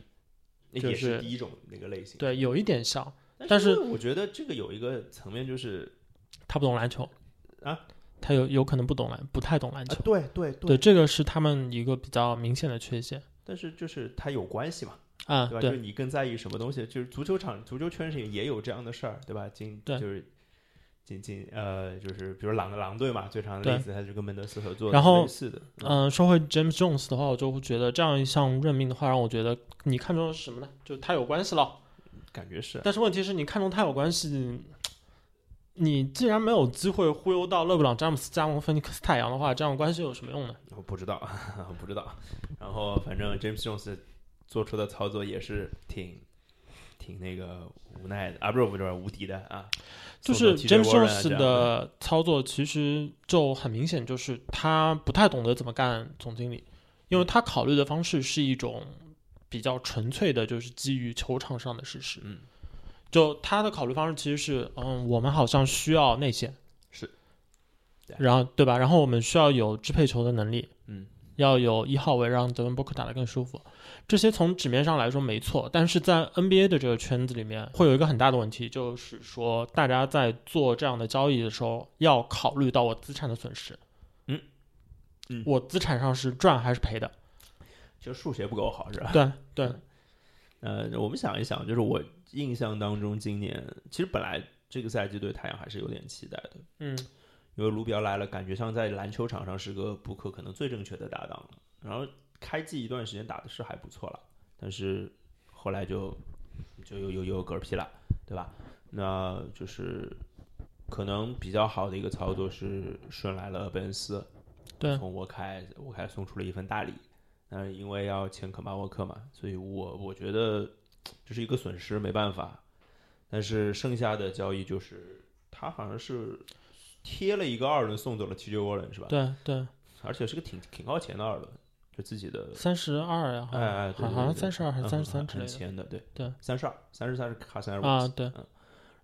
Speaker 2: 那
Speaker 3: 就
Speaker 2: 也
Speaker 3: 是
Speaker 2: 第一种那个类型。
Speaker 3: 对，有一点像，
Speaker 2: 但
Speaker 3: 但是
Speaker 2: 我觉得这个有一个层面就是
Speaker 3: 他不懂篮球
Speaker 2: 啊，
Speaker 3: 他有有可能不懂篮，不太懂篮
Speaker 2: 啊
Speaker 3: 球，，
Speaker 2: 对对
Speaker 3: 对，，这个是他们一个比较明显的缺陷
Speaker 2: 但是就是它有关系嘛，
Speaker 3: 啊
Speaker 2: 对吧？，就是
Speaker 3: 对，
Speaker 2: 你更在意什么东西，就是足球场、足球圈是也有这样的事儿，对吧？今
Speaker 3: 对
Speaker 2: 就是今今呃，就是比如狼的狼队嘛，最长的例子，他就跟门德斯合作，
Speaker 3: 然后
Speaker 2: 类似的，嗯
Speaker 3: 嗯、说回 James Jones 的话，我就会觉得这样一项任命的话，让我觉得你看中的是什么呢？就是他有关系了，
Speaker 2: 感觉是
Speaker 3: 但是问题是你看中他有关系，你既然没有机会忽悠到勒布朗詹姆斯加盟芬尼克斯太阳的话，这样的关系有什么用呢？
Speaker 2: 我不知道， 我不知道。然后反正 James Jones 做出的操作也是挺挺那个无奈的啊，不是不是无敌的啊，
Speaker 3: 就
Speaker 2: 做
Speaker 3: 是
Speaker 2: 做 TJ
Speaker 3: James
Speaker 2: Warren 啊
Speaker 3: Jones
Speaker 2: 这样
Speaker 3: 的操作，其实就很明显，就是他不太懂得怎么干总经理，因为
Speaker 2: 嗯
Speaker 3: 他考虑的方式是一种比较纯粹的，就是基于球场上的事实。
Speaker 2: 嗯，
Speaker 3: 就他的考虑方式其实是，嗯，我们好像需要内线，
Speaker 2: 是，对
Speaker 3: 然后对吧？然后我们需要有支配球的能力，
Speaker 2: 嗯，
Speaker 3: 要有一号位让德文波克打得更舒服。这些从纸面上来说没错，但是在 NBA 的这个圈子里面，会有一个很大的问题，就是说大家在做这样的交易的时候，要考虑到我资产的损失。
Speaker 2: 嗯嗯
Speaker 3: 我资产上是赚还是赔的？
Speaker 2: 就数学不够好是吧？
Speaker 3: 对对，
Speaker 2: 呃，我们想一想，就是我印象当中，今年其实本来这个赛季对太阳还是有点期待的，
Speaker 3: 嗯
Speaker 2: 因为卢比奥来了，感觉像在篮球场上是个布克可能最正确的搭档了。然后开季一段时间打的是还不错了，但是后来就就又又又有嗝屁了，对吧？那就是可能比较好的一个操作是顺来了贝恩斯，
Speaker 3: 对
Speaker 2: 从沃开沃开送出了一份大礼。那因为要签肯巴沃克嘛，所以我我觉得这是一个损失，没办法。但是剩下的交易就是他好像是贴了一个二轮送走了 TJ Warren 是吧？
Speaker 3: 对对，
Speaker 2: 而且是个挺挺靠前的二轮，就自己的
Speaker 3: 三十二呀，好
Speaker 2: 哎哎
Speaker 3: 像
Speaker 2: 对对
Speaker 3: 好好
Speaker 2: 对
Speaker 3: 像
Speaker 2: 对
Speaker 3: 三十二还是
Speaker 2: 嗯
Speaker 3: 三十三
Speaker 2: 很
Speaker 3: 之类的
Speaker 2: 前的，对
Speaker 3: 对，
Speaker 2: 三十二、三十三是卡三十
Speaker 3: 啊，对，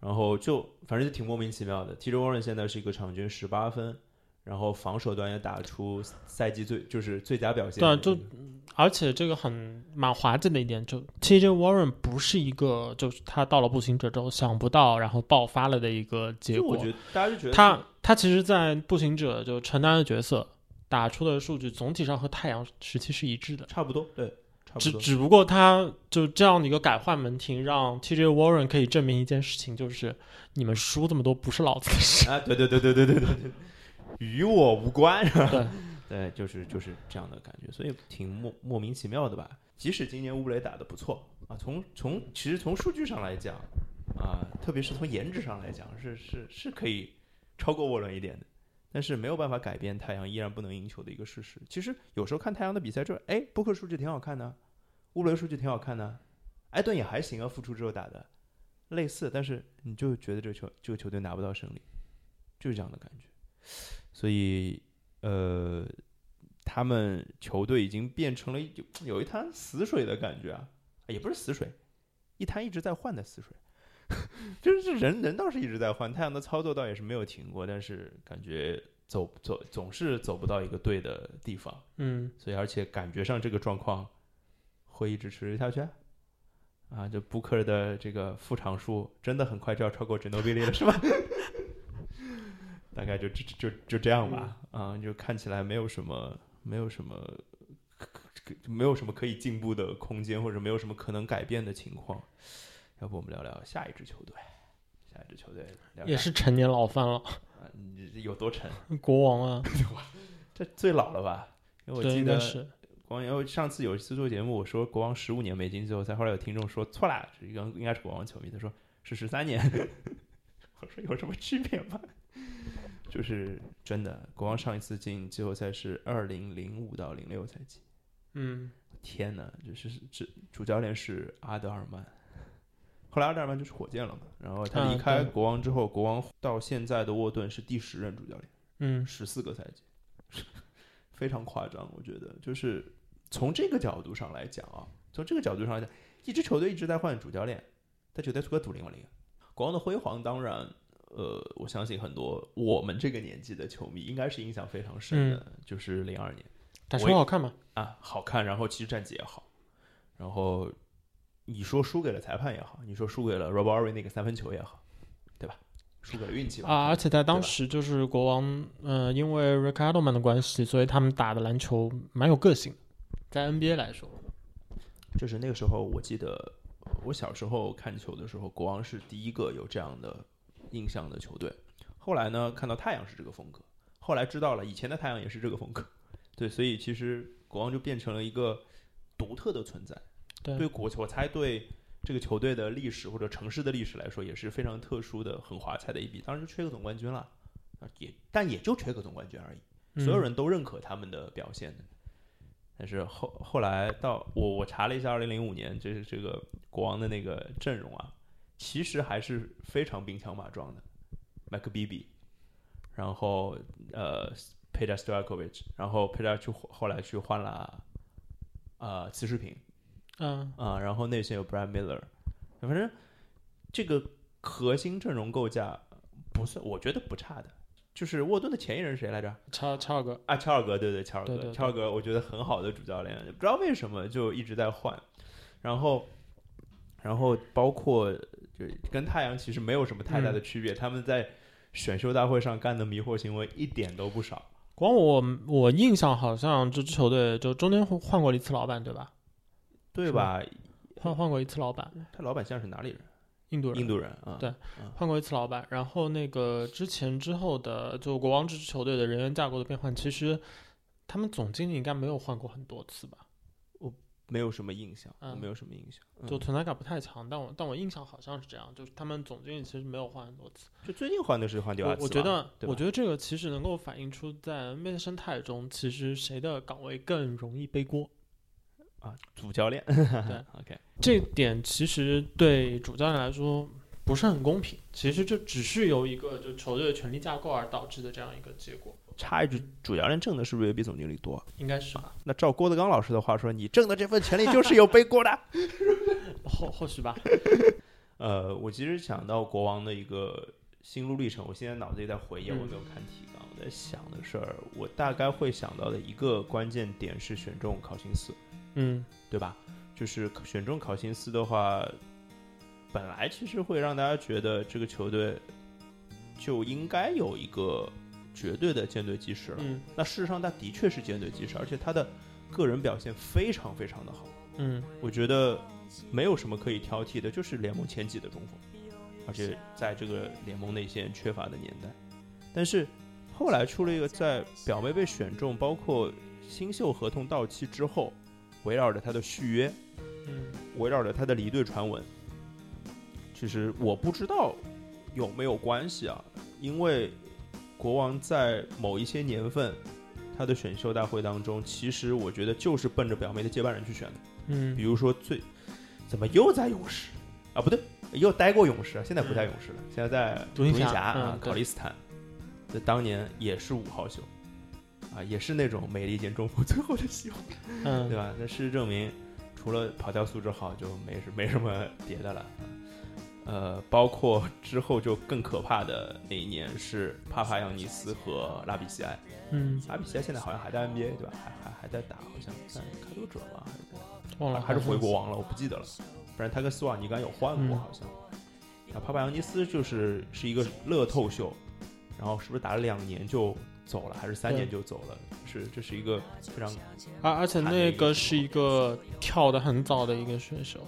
Speaker 2: 然后就反正就挺莫名其妙的。TJ Warren 现在是一个场均十八分，然后防守端也打出赛季最就是最佳表现
Speaker 3: 对啊
Speaker 2: 的那个，
Speaker 3: 就而且这个很蛮滑稽的一点，就 TJ Warren 不是一个，就是他到了步行者之后想不到，然后爆发了的一个结
Speaker 2: 就我
Speaker 3: 果。
Speaker 2: 觉得大家就觉得
Speaker 3: 他他其实，在步行者就承担的角色，打出的数据总体上和太阳时期是一致的，
Speaker 2: 差不多，对，差不
Speaker 3: 只
Speaker 2: 多。
Speaker 3: 只不过他就这样的一个改换门庭，让 TJ Warren 可以证明一件事情，就是你们输这么多不是老子的 事。
Speaker 2: 啊，对对对对对对对对，与我无关。
Speaker 3: 对
Speaker 2: 对，就是就是这样的感觉，所以挺莫莫名其妙的吧。即使今年乌布雷打得不错啊，从从其实从数据上来讲啊，特别是从颜值上来讲，是是是可以超过沃伦一点的，但是没有办法改变太阳依然不能赢球的一个事实。其实有时候看太阳的比赛就是，哎，布克数据挺好看的啊，乌布雷数据挺好看的啊，埃顿也还行啊，复出之后打的类似，但是你就觉得这个球这个球队拿不到胜利。就是这样的感觉。所以，呃，他们球队已经变成了有有一滩死水的感觉啊，也不是死水，一滩一直在换的死水。 就是人人倒是一直在换，太阳的操作倒也是没有停过，但是感觉走走总是走不到一个对的地方。
Speaker 3: 嗯，
Speaker 2: 所以而且感觉上这个状况会一直持续下去啊。啊，就布克的这个副场数真的很快就要超过 g e n o b i l 了，是吧？ 大概就就就就这样吧，
Speaker 3: 嗯
Speaker 2: 啊，就看起来没有什么没有什么可可没有什么可以进步的空间，或者没有什么可能改变的情况。要不我们聊聊下一支球队，下一支球队聊
Speaker 3: 也
Speaker 2: 啥
Speaker 3: 是成年老番了，
Speaker 2: 啊，你这有多沉？
Speaker 3: 国王啊，
Speaker 2: 这最老了吧？因为我
Speaker 3: 对，
Speaker 2: 记
Speaker 3: 应
Speaker 2: 得
Speaker 3: 该是
Speaker 2: 国王，因为上次有一次做节目，我说国王十五年没进季后赛，后来有听众说错啦，是一个应该是国王球迷，他说是十三年。 我说有什么区别吗？就是真的，国王上一次进季后赛是二零零五到零六赛季。
Speaker 3: 嗯，
Speaker 2: 天哪，就是这主教练是阿德尔曼，后来阿德尔曼就是火箭了嘛。然后他
Speaker 3: 嗯
Speaker 2: 离开
Speaker 3: 对
Speaker 2: 国王之后，国王到现在的沃顿是第十任主教练。
Speaker 3: 嗯
Speaker 2: 十四个赛季，非常夸张。我觉得就是从这个角度上来讲啊，从这个角度上来讲，一支球队一直在换主教练，他球队出个赌灵不灵？国王的辉煌，当然，呃，我相信很多我们这个年纪的球迷应该是印象非常深的，
Speaker 3: 嗯
Speaker 2: 就是零二年
Speaker 3: 打球
Speaker 2: 我也
Speaker 3: 好看嘛，
Speaker 2: 啊，好看，然后其实战绩也好，然后你说输给了裁判也好，你说输给了 Rob o r y 那个三分球也好，对吧？输给了运气吧
Speaker 3: 啊，而且在
Speaker 2: 对
Speaker 3: 当
Speaker 2: 吧
Speaker 3: 时就是国王，呃，因为 Ricardo m a n 的关系，所以他们打的篮球蛮有个性的，在 NBA 来说，
Speaker 2: 就是那个时候，我记得我小时候看球的时候，国王是第一个有这样的印象的球队。后来呢，看到太阳是这个风格，后来知道了以前的太阳也是这个风格，对，所以其实国王就变成了一个独特的存在。
Speaker 3: 对
Speaker 2: 国球，我猜对这个球队的历史或者城市的历史来说，也是非常特殊的、很华彩的一笔。当然就缺个总冠军了，啊，也但也就缺个总冠军而已。所有
Speaker 3: 嗯
Speaker 2: 人都认可他们的表现。但是后后来到我我查了一下，二零零五年这是这个国王的那个阵容啊，其实还是非常兵强马壮的，麦克比比，然后呃佩扎斯托亚科维奇，然后佩扎去后来去换了呃次世平
Speaker 3: 嗯
Speaker 2: 啊、然后内线有 Brad Miller，反正这个核心阵容构架不算，我觉得不差的。就是沃顿的前一人是谁来着？
Speaker 3: 查查尔格，
Speaker 2: 啊，乔尔格，对对，乔尔格，
Speaker 3: 对对对
Speaker 2: 乔尔格，我觉得很好的主教练，不知道为什么就一直在换，然后，然后包括就跟太阳其实没有什么太大
Speaker 3: 嗯
Speaker 2: 的区别，他们在选秀大会上干的迷惑行为一点都不少，
Speaker 3: 光我我印象好像这支球队就中间换换过一次老板对吧？
Speaker 2: 对
Speaker 3: 是
Speaker 2: 吧？
Speaker 3: 换换过一次老板，
Speaker 2: 他老板像是哪里人？
Speaker 3: 印度人，
Speaker 2: 嗯印度人啊，
Speaker 3: 对换过一次老板，然后那个之前之后的，就国王这支球队的人员架构的变换，其实他们总经理应该没有换过很多次吧，
Speaker 2: 没有什么印象，
Speaker 3: 嗯
Speaker 2: 我没有什么印象。嗯
Speaker 3: 就存在感不太强。但我但我印象好像是这样，就是他们总经理其实没有换很多次。
Speaker 2: 就最近换的是换掉阿茨吧，
Speaker 3: 我我觉得，
Speaker 2: 啊对吧
Speaker 3: 我觉得这个其实能够反映出在 NBA 的生态中，其实谁的岗位更容易背锅。
Speaker 2: 啊，主教练，
Speaker 3: 对
Speaker 2: ，OK，
Speaker 3: 这点其实对主教练来说不是很公平。其实这只是由一个就球队的权力架构而导致的这样一个结果，
Speaker 2: 插一句，主教练挣的是不是也比总经理多？
Speaker 3: 应该是吧？
Speaker 2: 那照郭德纲老师的话说，你挣的这份钱里就是有背锅的。
Speaker 3: 后后续吧。
Speaker 2: 呃，我其实想到国王的一个心路历程，我现在脑子里在回忆，我
Speaker 3: 嗯
Speaker 2: 没有看提纲，我在想的事儿，我大概会想到的一个关键点是选中考辛斯，
Speaker 3: 嗯
Speaker 2: 对吧？就是选中考辛斯的话，本来其实会让大家觉得这个球队就应该有一个绝对的舰队基石了。
Speaker 3: 嗯
Speaker 2: 那事实上，他的确是舰队基石，而且他的个人表现非常非常的好。
Speaker 3: 嗯。
Speaker 2: 我觉得没有什么可以挑剔的，就是联盟前几的中锋，而且在这个联盟内线缺乏的年代，但是后来出了一个在表妹被选中，包括新秀合同到期之后，围绕着他的续约，
Speaker 3: 嗯
Speaker 2: 围绕着他的离队传闻，其实我不知道有没有关系啊，因为国王在某一些年份。他的选秀大会当中，其实我觉得就是奔着表妹的接班人去选的。比
Speaker 3: 嗯
Speaker 2: 如说最，怎么又在勇士啊？不对，又待过勇士，啊现在不在勇士了，现在在
Speaker 3: 嗯独行
Speaker 2: 行
Speaker 3: 侠
Speaker 2: 啊
Speaker 3: 嗯，对
Speaker 2: 考利斯坦。这当年也是五号秀，啊，也是那种美利坚中锋最后的希望，
Speaker 3: 嗯，
Speaker 2: 对
Speaker 3: 吧？
Speaker 2: 吧？那事实证明，除了跑跳素质好，就没什没什么别的了。呃，包括之后就更可怕的那一年是帕帕扬尼斯和拉比西埃，
Speaker 3: 嗯，
Speaker 2: 拉比西埃现在好像还在 NBA 对吧？还还还在打，好像嗯在开拓者吧，还是在
Speaker 3: 啊忘了，
Speaker 2: 还是回国。王了，我不记得了。不然他跟斯瓦尼甘有换过，
Speaker 3: 嗯
Speaker 2: 好像。啊，帕帕扬尼斯就是是一个乐透秀，然后是不是打了两年就走了，还是三
Speaker 3: 对
Speaker 2: 年就走了？是，这是一个非常
Speaker 3: 而啊而且那个是一个跳的很早的一个选手，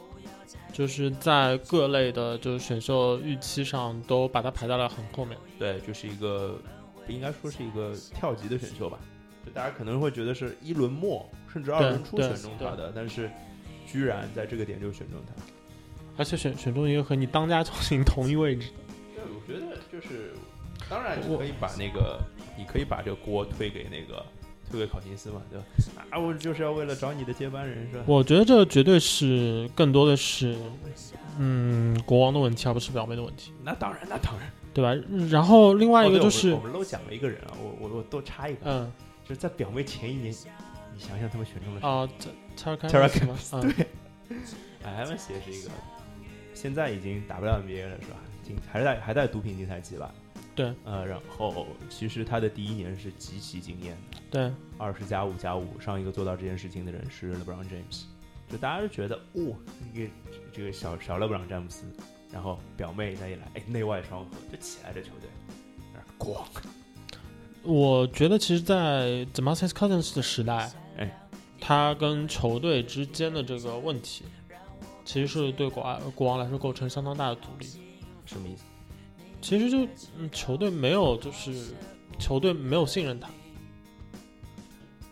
Speaker 3: 就是在各类的就是选秀预期上都把他排在了很后面。
Speaker 2: 对，就是一个不应该说是一个跳级的选秀吧。就大家可能会觉得是一轮末甚至二
Speaker 3: 对
Speaker 2: 轮初
Speaker 3: 对
Speaker 2: 选中他
Speaker 3: 对
Speaker 2: 的，但是居然在这个点就选中他。
Speaker 3: 而且选选中一个和你当家球星同一位置，
Speaker 2: 对，我觉得就是，当然你
Speaker 3: 我
Speaker 2: 可以把那个，你可以把这个锅推给那个，推给考辛斯嘛，对吧？啊，我就是要为了找你的接班人是吧？
Speaker 3: 我觉得这绝对是更多的是，嗯，国王的问题，而不是表妹的问题，
Speaker 2: 那当然，那当然。
Speaker 3: 对吧？然后另外一
Speaker 2: 哦
Speaker 3: 个
Speaker 2: 对
Speaker 3: 就是，
Speaker 2: 我们我们漏讲了一个人啊，我我我多插一个，
Speaker 3: 嗯
Speaker 2: 就是在表妹前一年，你想想他们选中了谁？
Speaker 3: 啊，查查尔
Speaker 2: Terrell
Speaker 3: 什么？ 嗯，
Speaker 2: 艾文斯也哎是一个，现在已经打不了 NBA 了是吧？竞还是在还在毒品竞赛期吧？
Speaker 3: 对，
Speaker 2: 呃，然后其实他的第一年是极其惊艳的。
Speaker 3: 对，
Speaker 2: 二十加五加五，上一个做到这件事情的人是 LeBron James，就大家就觉得哦，这个这个小小 LeBron 詹姆斯，然后表妹她一来，哎，内外双核就起来这球队，那咣，
Speaker 3: 我觉得其实，在 d e m a r c u s Cousins 的时代，
Speaker 2: 哎，
Speaker 3: 他跟球队之间的这个问题，其实是对国王国王来说构成相当大的阻力。
Speaker 2: 什么意思？
Speaker 3: 其实就、嗯、球队没有，就是球队没有信任他，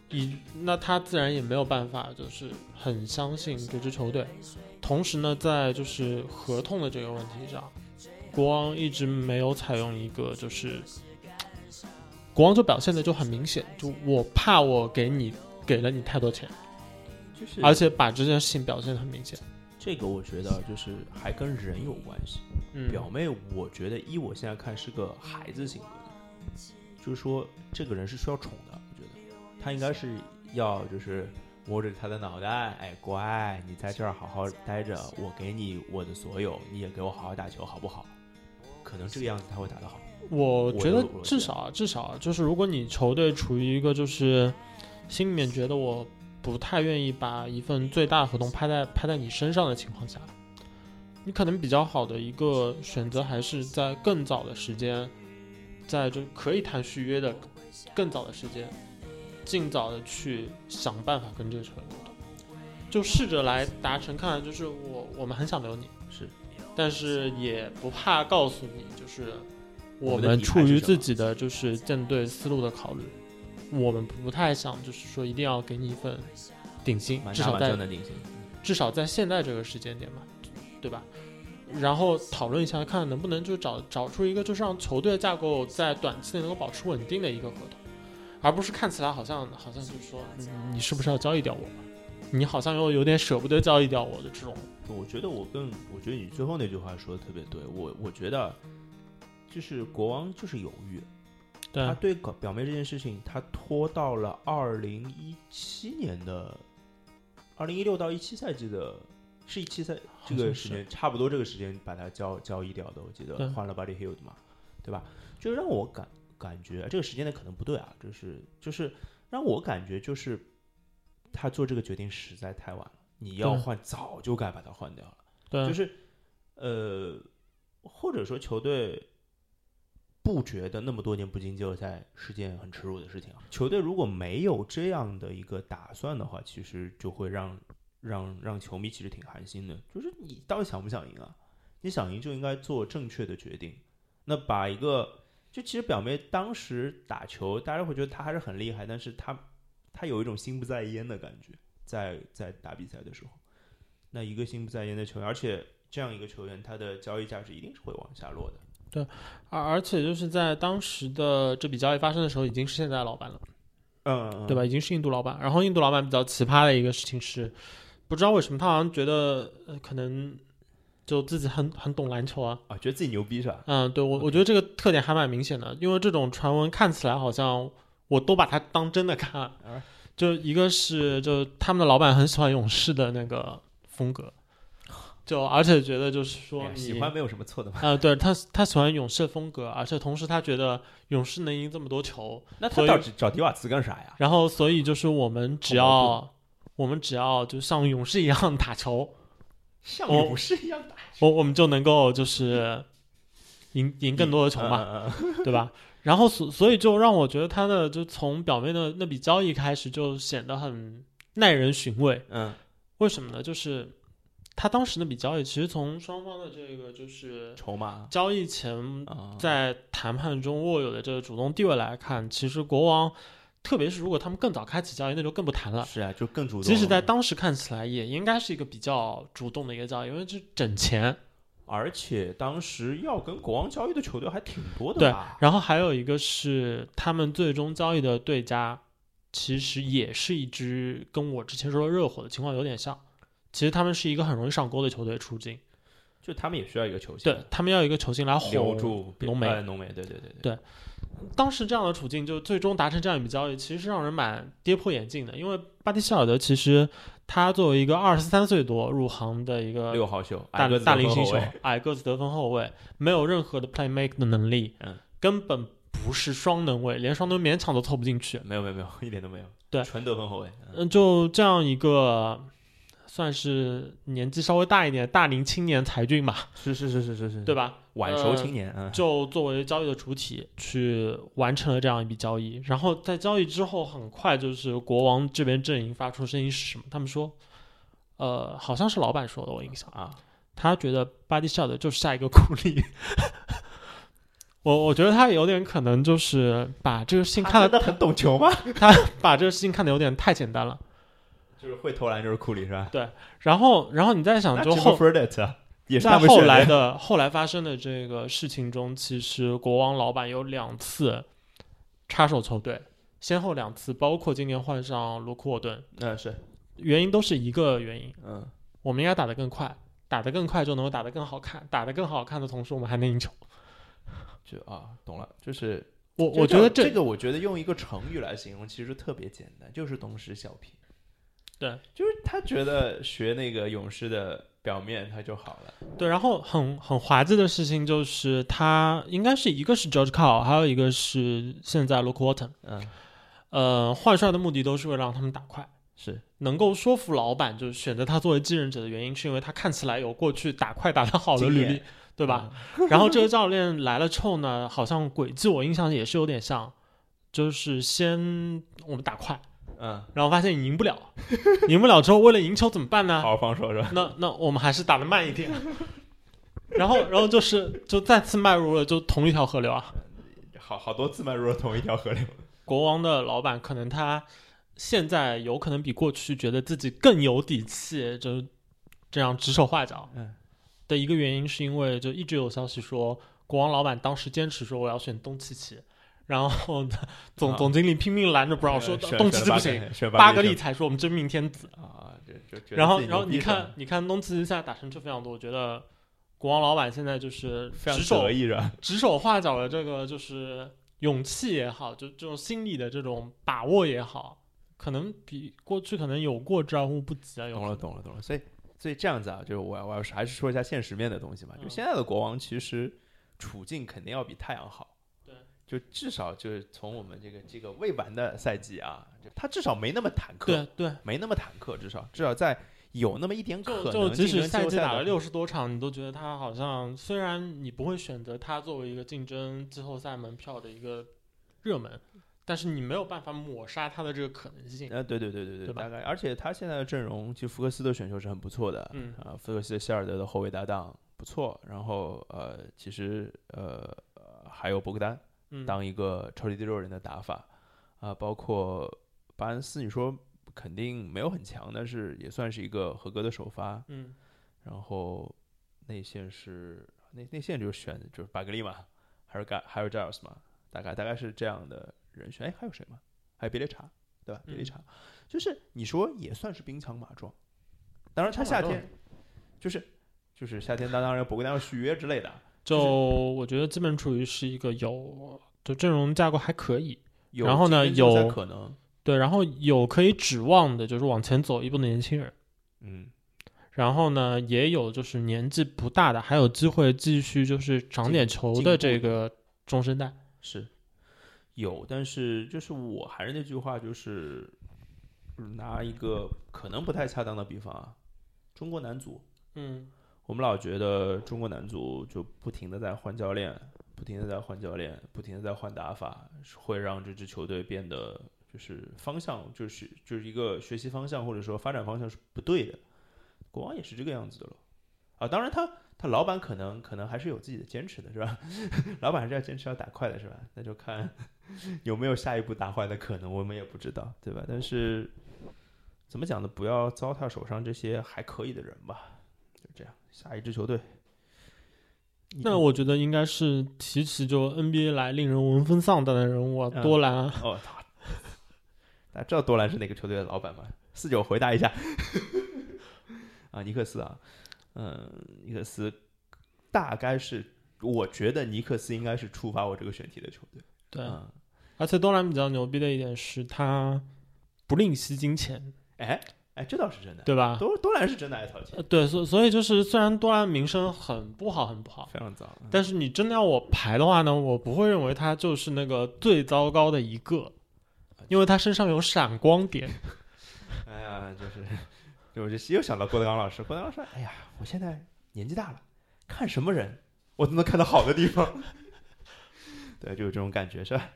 Speaker 3: 以那他自然也没有办法，就是很相信这支球队，同时呢，在就是合同的这个问题上，国王一直没有采用一个就是，国王就表现的就很明显，就我怕我给你给了你太多钱，
Speaker 4: 就是
Speaker 3: 而且把这件事情表现的很明显。
Speaker 2: 这个我觉得就是还跟人有关系。
Speaker 3: 嗯，
Speaker 2: 表妹，我觉得依我现在看是个孩子性格的，就是说这个人是需要宠的，我觉得他应该是要就是摸着他的脑袋，哎，乖，你在这儿好好待着，我给你我的所有，你也给我好好打球，好不好？可能这个样子他会打得好。
Speaker 3: 我觉得
Speaker 2: 我我
Speaker 3: 至少啊至少啊就是，如果你球队处于一个就是心里面觉得我不太愿意把一份最大的合同拍在拍在你身上的情况下，你可能比较好的一个选择还是在更早的时间，在就可以谈续约的更早的时间，尽早的去想办法跟这个球员沟通，就试着来达成看看，就是我我们很想留你，
Speaker 2: 是，
Speaker 3: 但是也不怕告诉你，就是我
Speaker 2: 我们的
Speaker 3: 们
Speaker 2: 底牌
Speaker 3: 出
Speaker 2: 是
Speaker 3: 于
Speaker 2: 什么
Speaker 3: 自己的就是舰队思路的考虑，我们不太想就是说一定要给你一份顶薪，
Speaker 2: 满
Speaker 3: 至
Speaker 2: 打
Speaker 3: 少
Speaker 2: 满
Speaker 3: 在
Speaker 2: 算的定性。
Speaker 3: 至少在现在这个时间点嘛，对吧？然后讨论一下，看能不能就找找出一个，就是让球队的架构在短期内能够保持稳定的一个合同，而不是看起来好像好像就是说你你是不是要交易掉我吧？你好像又有点舍不得交易掉我的这种，
Speaker 2: 我觉得我更，我觉得你最后那句话说的特别对。我我觉得，就是国王就是犹豫，
Speaker 3: 对
Speaker 2: 他
Speaker 3: 啊，
Speaker 2: 对搞表妹这件事情，他拖到了二零一七年的，二零一六到一七赛季的，是一七赛这
Speaker 3: 好
Speaker 2: 个
Speaker 3: 像
Speaker 2: 时
Speaker 3: 是
Speaker 2: 间，差不多这个时间把他交交易掉的，我记得
Speaker 3: 对
Speaker 2: 换了 Buddy Hill 的嘛，对吧？就让我感感觉这个时间点可能不对啊，就是就是让我感觉就是他做这个决定实在太晚了，你要
Speaker 3: 对
Speaker 2: 换早就该把他换掉了。
Speaker 3: 对啊，
Speaker 2: 就是呃，或者说球队不觉得那么多年不进季后赛是件很耻辱的事情啊。球队如果没有这样的一个打算的话，其实就会让让让球迷其实挺寒心的。就是你到底想不想赢啊？你想赢就应该做正确的决定。那把一个就其实表妹当时打球，大家会觉得她还是很厉害，但是她她有一种心不在焉的感觉，在在打比赛的时候。那一个心不在焉的球员，而且这样一个球员，他的交易价值一定是会往下落的。
Speaker 3: 而而且就是在当时的这笔交易发生的时候，已经是现在的老板了，
Speaker 2: 嗯
Speaker 3: 对吧？已经是印度老板。然后印度老板比较奇葩的一个事情是，不知道为什么他好像觉得、呃、可能就自己很很懂篮球啊。
Speaker 2: 啊，觉得自己牛逼是吧？
Speaker 3: 嗯，对我我觉得这个特点还蛮明显的，因为这种传闻看起来好像我都把它当真的看。
Speaker 2: 啊
Speaker 3: 就一个是就他们的老板很喜欢勇士的那个 风格，就而且觉得就是说
Speaker 2: 哎呀
Speaker 3: 你
Speaker 2: 喜欢没有什么错的嘛。
Speaker 3: 啊、对他他喜欢勇士的风格，而且同时他觉得勇士能赢这么多球，
Speaker 2: 那他
Speaker 3: 所以
Speaker 2: 到底找迪瓦茨干啥呀？
Speaker 3: 然后所以就是我们只
Speaker 2: 好矛
Speaker 3: 要我们只要就像勇士一样打球，
Speaker 2: 像
Speaker 3: 我
Speaker 2: 勇士一样打
Speaker 3: 我我们就能够就是赢赢更多的球嘛。
Speaker 2: 嗯嗯嗯
Speaker 3: 对吧？然后所所以就让我觉得他的就从表妹的那笔交易开始就显得很耐人寻味。
Speaker 2: 嗯，
Speaker 3: 为什么呢？就是他当时那笔交易，其实从双方的这个就是
Speaker 2: 筹码
Speaker 3: 交易前
Speaker 2: 嗯啊，
Speaker 3: 嗯在谈判中握有的这个主动地位来看，其实国王，特别是如果他们更早开启交易，那就更不谈了。
Speaker 2: 是啊，就更主动。
Speaker 3: 即使在，当时看起来，也应该是一个比较主动的一个交易，因为这整钱。
Speaker 2: 而且当时要跟国王交易的球队还挺多的
Speaker 3: 对
Speaker 2: 吧？
Speaker 3: 然后还有一个是他们最终交易的对家，其实也是一支跟我之前说的热火的情况有点像。其实他们是一个很容易上钩的球队出境，
Speaker 2: 就他们也需要一个球星，
Speaker 3: 对，他们要有一个球星来
Speaker 2: 留
Speaker 3: 吼
Speaker 2: 住
Speaker 3: 浓眉
Speaker 2: 哎浓眉，对对对对，
Speaker 3: 当时这样的处境，就最终达成这样一笔交易，其实是让人蛮跌破眼镜的。因为巴蒂希尔德其实他作为一个二十三岁多入行的一个
Speaker 2: 六号秀，
Speaker 3: 呃大
Speaker 2: 矮个子
Speaker 3: 大
Speaker 2: 的
Speaker 3: 龄
Speaker 2: 后
Speaker 3: 新秀
Speaker 2: 卫，
Speaker 3: 矮个子得分后卫，没有任何的 play make 的能力，
Speaker 2: 嗯
Speaker 3: 根本不是双能卫，连双能勉强都凑不进去。
Speaker 2: 没有没有没有，一点都没有，
Speaker 3: 对
Speaker 2: 纯得分后卫，嗯
Speaker 3: 嗯，就这样一个算是年纪稍微大一点大龄青年才俊吧，
Speaker 2: 是是是是是是，
Speaker 3: 对吧？
Speaker 2: 晚
Speaker 3: 呃
Speaker 2: 熟青年，嗯，
Speaker 3: 就作为交易的主体去完成了这样一笔交易。然后在交易之后，很快就是国王这边阵营发出声音是什么？他们说，呃，好像是老板说的，我印象
Speaker 2: 啊，
Speaker 3: 他觉得巴蒂笑的就是下一个库里。 我我觉得他有点可能就是把这个事情看得
Speaker 2: 的很懂球吗？
Speaker 3: 把这个事情看得有点太简单了。
Speaker 2: 就是会投篮就是库里是吧？
Speaker 3: 然后，然后你再想，啊就
Speaker 2: 那
Speaker 3: 后
Speaker 2: f e r d e t 也是
Speaker 3: 在
Speaker 2: 他们选
Speaker 3: 后
Speaker 2: 的
Speaker 3: 来的后来发生的这个事情中，其实国王老板有两次插手球队，先后两次，包括今年换上罗库沃顿，
Speaker 2: 嗯是
Speaker 3: 原因都是一个原因，
Speaker 2: 嗯
Speaker 3: 我们应该打得更快，打得更快就能够打得更好看，打得更好看的同时，我们还能赢球。
Speaker 2: 就啊懂了，就是
Speaker 3: 我
Speaker 2: 这
Speaker 3: 我觉得
Speaker 2: 这
Speaker 3: 这
Speaker 2: 个我觉得用一个成语来形容其实特别简单，就是东施效颦。
Speaker 3: 对，
Speaker 2: 就是他觉得学那个勇士的表面他就好了。
Speaker 3: 对，然后很很滑稽的事情就是，他应该是一个是 George Call，还有一个是现在 Luke Walton，
Speaker 2: 嗯，
Speaker 3: 呃，换帅的目的都是为了让他们打快。
Speaker 2: 是
Speaker 3: 能够说服老板就是选择他作为继任者的原因，是因为他看起来有过去打快打得好的
Speaker 2: 经
Speaker 3: 履
Speaker 2: 验嗯
Speaker 3: 历，对吧？？然后这个教练来了之后呢，好像轨迹我印象也是有点像，就是先我们打快，
Speaker 2: 嗯，
Speaker 3: 然后发现赢不了， 赢不了之后为了赢球怎么办呢
Speaker 2: 好？好防守是吧？
Speaker 3: 那那我们还是打得慢一点。 然后，然后就是就再次迈入了就同一条河流啊。
Speaker 2: 好好多次迈入了同一条河流。
Speaker 3: 国王的老板可能他现在有可能比过去觉得自己更有底气，就是这样指手画脚
Speaker 2: 嗯
Speaker 3: 的一个原因，是因为就一直有消息说，国王老板当时坚持说我要选东契奇，然后呢总
Speaker 2: 啊
Speaker 3: 总经理拼命拦着不让说
Speaker 2: 选
Speaker 3: 东契
Speaker 2: 选
Speaker 3: 奇
Speaker 2: 八
Speaker 3: 不
Speaker 2: 个
Speaker 3: 行，，
Speaker 2: 选
Speaker 3: 巴
Speaker 2: 格
Speaker 3: 格利才说我们真命天子。
Speaker 2: 啊，这这觉得
Speaker 3: 然后，
Speaker 2: 自己
Speaker 3: 然后
Speaker 2: 牛逼
Speaker 3: 你
Speaker 2: 是吧
Speaker 3: 看，你看东契奇现在打成这副样子，我觉得国王老板现在就是
Speaker 2: 非常
Speaker 3: 指手
Speaker 2: 得意是吧？
Speaker 3: 指手画脚的这个就是勇气也好，就这种心理的这种把握也好，可能比过去可能有过之而无不及啊。有
Speaker 2: 懂了，
Speaker 3: 可能，
Speaker 2: 懂了，懂了。所以，所以这样子啊，就是我要我要是还是说一下现实面的东西嘛。就
Speaker 3: 嗯
Speaker 2: 现在的国王其实处境肯定要比太阳好，
Speaker 3: 对，
Speaker 2: 就至少就是从我们这个这个未完的赛季啊，就他至少没那么忐忑，
Speaker 3: 对对，
Speaker 2: 没那么忐忑，至少至少在有那么一点可
Speaker 3: 就
Speaker 2: 能
Speaker 3: 就即
Speaker 2: 竞争季
Speaker 3: 使赛
Speaker 2: 后
Speaker 3: 季打了
Speaker 2: 的。
Speaker 3: 六十多场，你都觉得他好像虽然你不会选择他作为一个竞争季后赛门票的一个热门，但是你没有办法抹杀他的这个可能性。
Speaker 2: 呃，对对对对
Speaker 3: 对吧
Speaker 2: 大概，而且他现在的阵容，其实福克斯的选秀是很不错的，
Speaker 3: 嗯
Speaker 2: 啊，福克斯希尔德的后卫搭档不错，然后呃，其实呃呃还有博格丹，
Speaker 3: 嗯，
Speaker 2: 当一个超级第六人的打法啊、包括巴恩斯，你说肯定没有很强，但是也算是一个合格的首发。
Speaker 3: 嗯
Speaker 2: 然后内线是内内线就是选就是巴格利嘛，还有盖还有 Giles 嘛，大概大概是这样的人选。哎，还有谁吗？还有别列查，对吧？别列
Speaker 3: 嗯
Speaker 2: 查、就是你说也算是兵强马壮，当然他夏天就是就是夏天，当然博格丹要续约之类的，
Speaker 3: 就
Speaker 2: 就是
Speaker 3: 我觉得基本处于是一个有就阵容架构还可以，
Speaker 2: 有
Speaker 3: 然后呢
Speaker 2: 竞争季后赛
Speaker 3: 有
Speaker 2: 可能，
Speaker 3: 对，然后有可以指望的，就是往前走一步的年轻人。
Speaker 2: 嗯，
Speaker 3: 然后呢，也有就是年纪不大的，还有机会继续就是长点球
Speaker 2: 进
Speaker 3: 的
Speaker 2: 步
Speaker 3: 这个中生代。
Speaker 2: 是有，但是就是我还是那句话，就是拿一个可能不太恰当的比方啊，中国男足，
Speaker 3: 嗯，
Speaker 2: 我们老觉得中国男足就不停的在换教练，不停的在换教练，不停的在换打法，是会让这支球队变得就是方向就是就是一个学习方向或者说发展方向是不对的。国王也是这个样子的了啊，当然他他老板可能可能还是有自己的坚持的是吧？ 老板还是要坚持要打快的是吧？那就看有没有下一步打坏的可能，我们也不知道对吧？但是怎么讲呢？不要糟蹋手上这些还可以的人吧。就这样，下一支球队。
Speaker 3: 那我觉得应该是提起就 NBA 来令人闻风丧胆的人物啊，
Speaker 2: 嗯
Speaker 3: 多兰啊，
Speaker 2: 哦，操！ 大家知道多兰是哪个球队的老板吗？四九回答一下。 啊，尼克斯啊，嗯，尼克斯大概是，我觉得尼克斯应该是触发我这个选题的球队。
Speaker 3: 对。
Speaker 2: 嗯，
Speaker 3: 而且多兰比较牛逼的一点是他不吝惜金钱，
Speaker 2: 哎哎，这倒是真的。
Speaker 3: 对啊吧？
Speaker 2: 多多兰是真的爱掏钱
Speaker 3: 呃，对，所所以就是虽然多兰名声很不好，很不好。
Speaker 2: 非常早。嗯
Speaker 3: 但是你真的要我排的话呢，我不会认为他就是那个最糟糕的一个，因为他身上有闪光点。
Speaker 2: 哎呀，就是， 就我就又想到郭德纲老师。郭德纲说：“哎呀，我现在年纪大了，看什么人，我都能看到好的地方。” 对，就有这种感觉，是吧？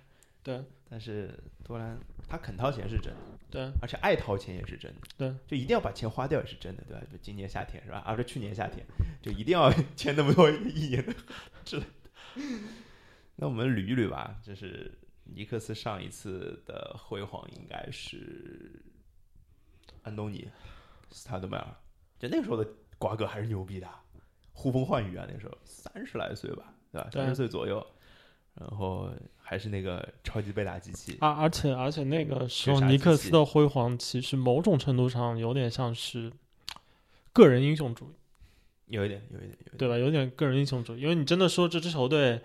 Speaker 3: 对
Speaker 2: 但是多兰他肯掏钱是真的，
Speaker 3: 对，
Speaker 2: 而且爱掏钱也是真的，
Speaker 3: 对，
Speaker 2: 就一定要把钱花掉也是真的，对吧？就今年夏天是吧？啊，不是去年夏天，就一定要 签那么多一年的 之类的。那我们捋一捋吧，就是尼克斯上一次的辉煌应该是安东尼、斯塔德迈尔，就那个时候的瓜哥还是牛逼的，呼风唤雨啊！那时候三十来岁吧，对吧？
Speaker 3: 对
Speaker 2: 三十岁左右，然后还是那个超级贝塔机器，
Speaker 3: 啊，而且而且那个时
Speaker 2: 绝
Speaker 3: 候
Speaker 2: 杀
Speaker 3: 尼
Speaker 2: 机
Speaker 3: 克
Speaker 2: 器
Speaker 3: 斯的辉煌，其实某种程度上有点像是个人英雄主义，
Speaker 2: 有一点，有一点，有一点。
Speaker 3: 对吧？有点个人英雄主义，因为你真的说这支球队，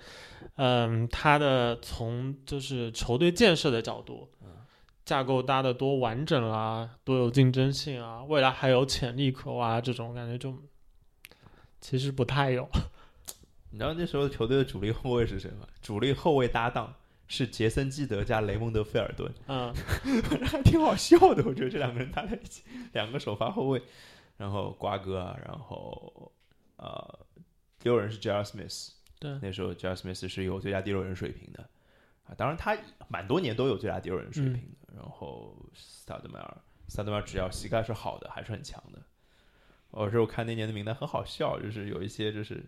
Speaker 3: 嗯，他的从就是球队建设的角度
Speaker 2: 嗯，
Speaker 3: 架构搭的多完整啊，多有竞争性啊，未来还有潜力可挖、这种感觉就其实不太有。
Speaker 2: 你知道那时候球队的主力后卫是谁吗？主力后卫搭档是杰森基德加雷蒙德菲尔顿，
Speaker 3: 嗯，
Speaker 2: 还挺好笑的。我觉得这两个人搭在一起，两个首发后卫，然后瓜哥，啊然后呃，第六人是 j a r Smith，
Speaker 3: 对
Speaker 2: 那时候 j a r Smith 是有最佳第六人水平的啊，当然他蛮多年都有最佳第六人水平的。然后斯塔德迈尔，斯塔德迈尔只要膝盖是好的，还是很强的。我是我看那年的名单很好笑，就是有一些就是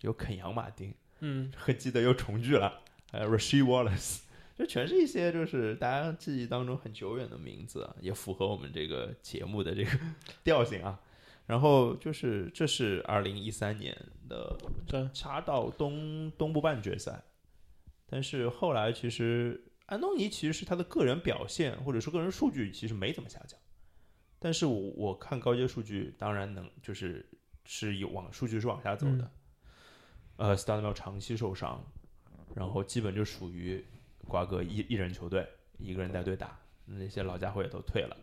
Speaker 2: 有肯扬马丁。
Speaker 3: 嗯，
Speaker 2: 很记得又重聚了，还有 Rasheed Wallace，就全是一些就是大家记忆当中很久远的名字、啊，也符合我们这个节目的这个调性啊。然后就是这是二零一三年的
Speaker 3: 对，
Speaker 2: 查到东东部半决赛，但是后来其实安东尼其实是他的个人表现或者说个人数据其实没怎么下降，但是我我看高阶数据当然能就是是有往数据是往下走的，呃 s t a n m e l 长期受伤，然后基本就属于瓜哥一一人球队一个人带队打，那些老家伙也都退了。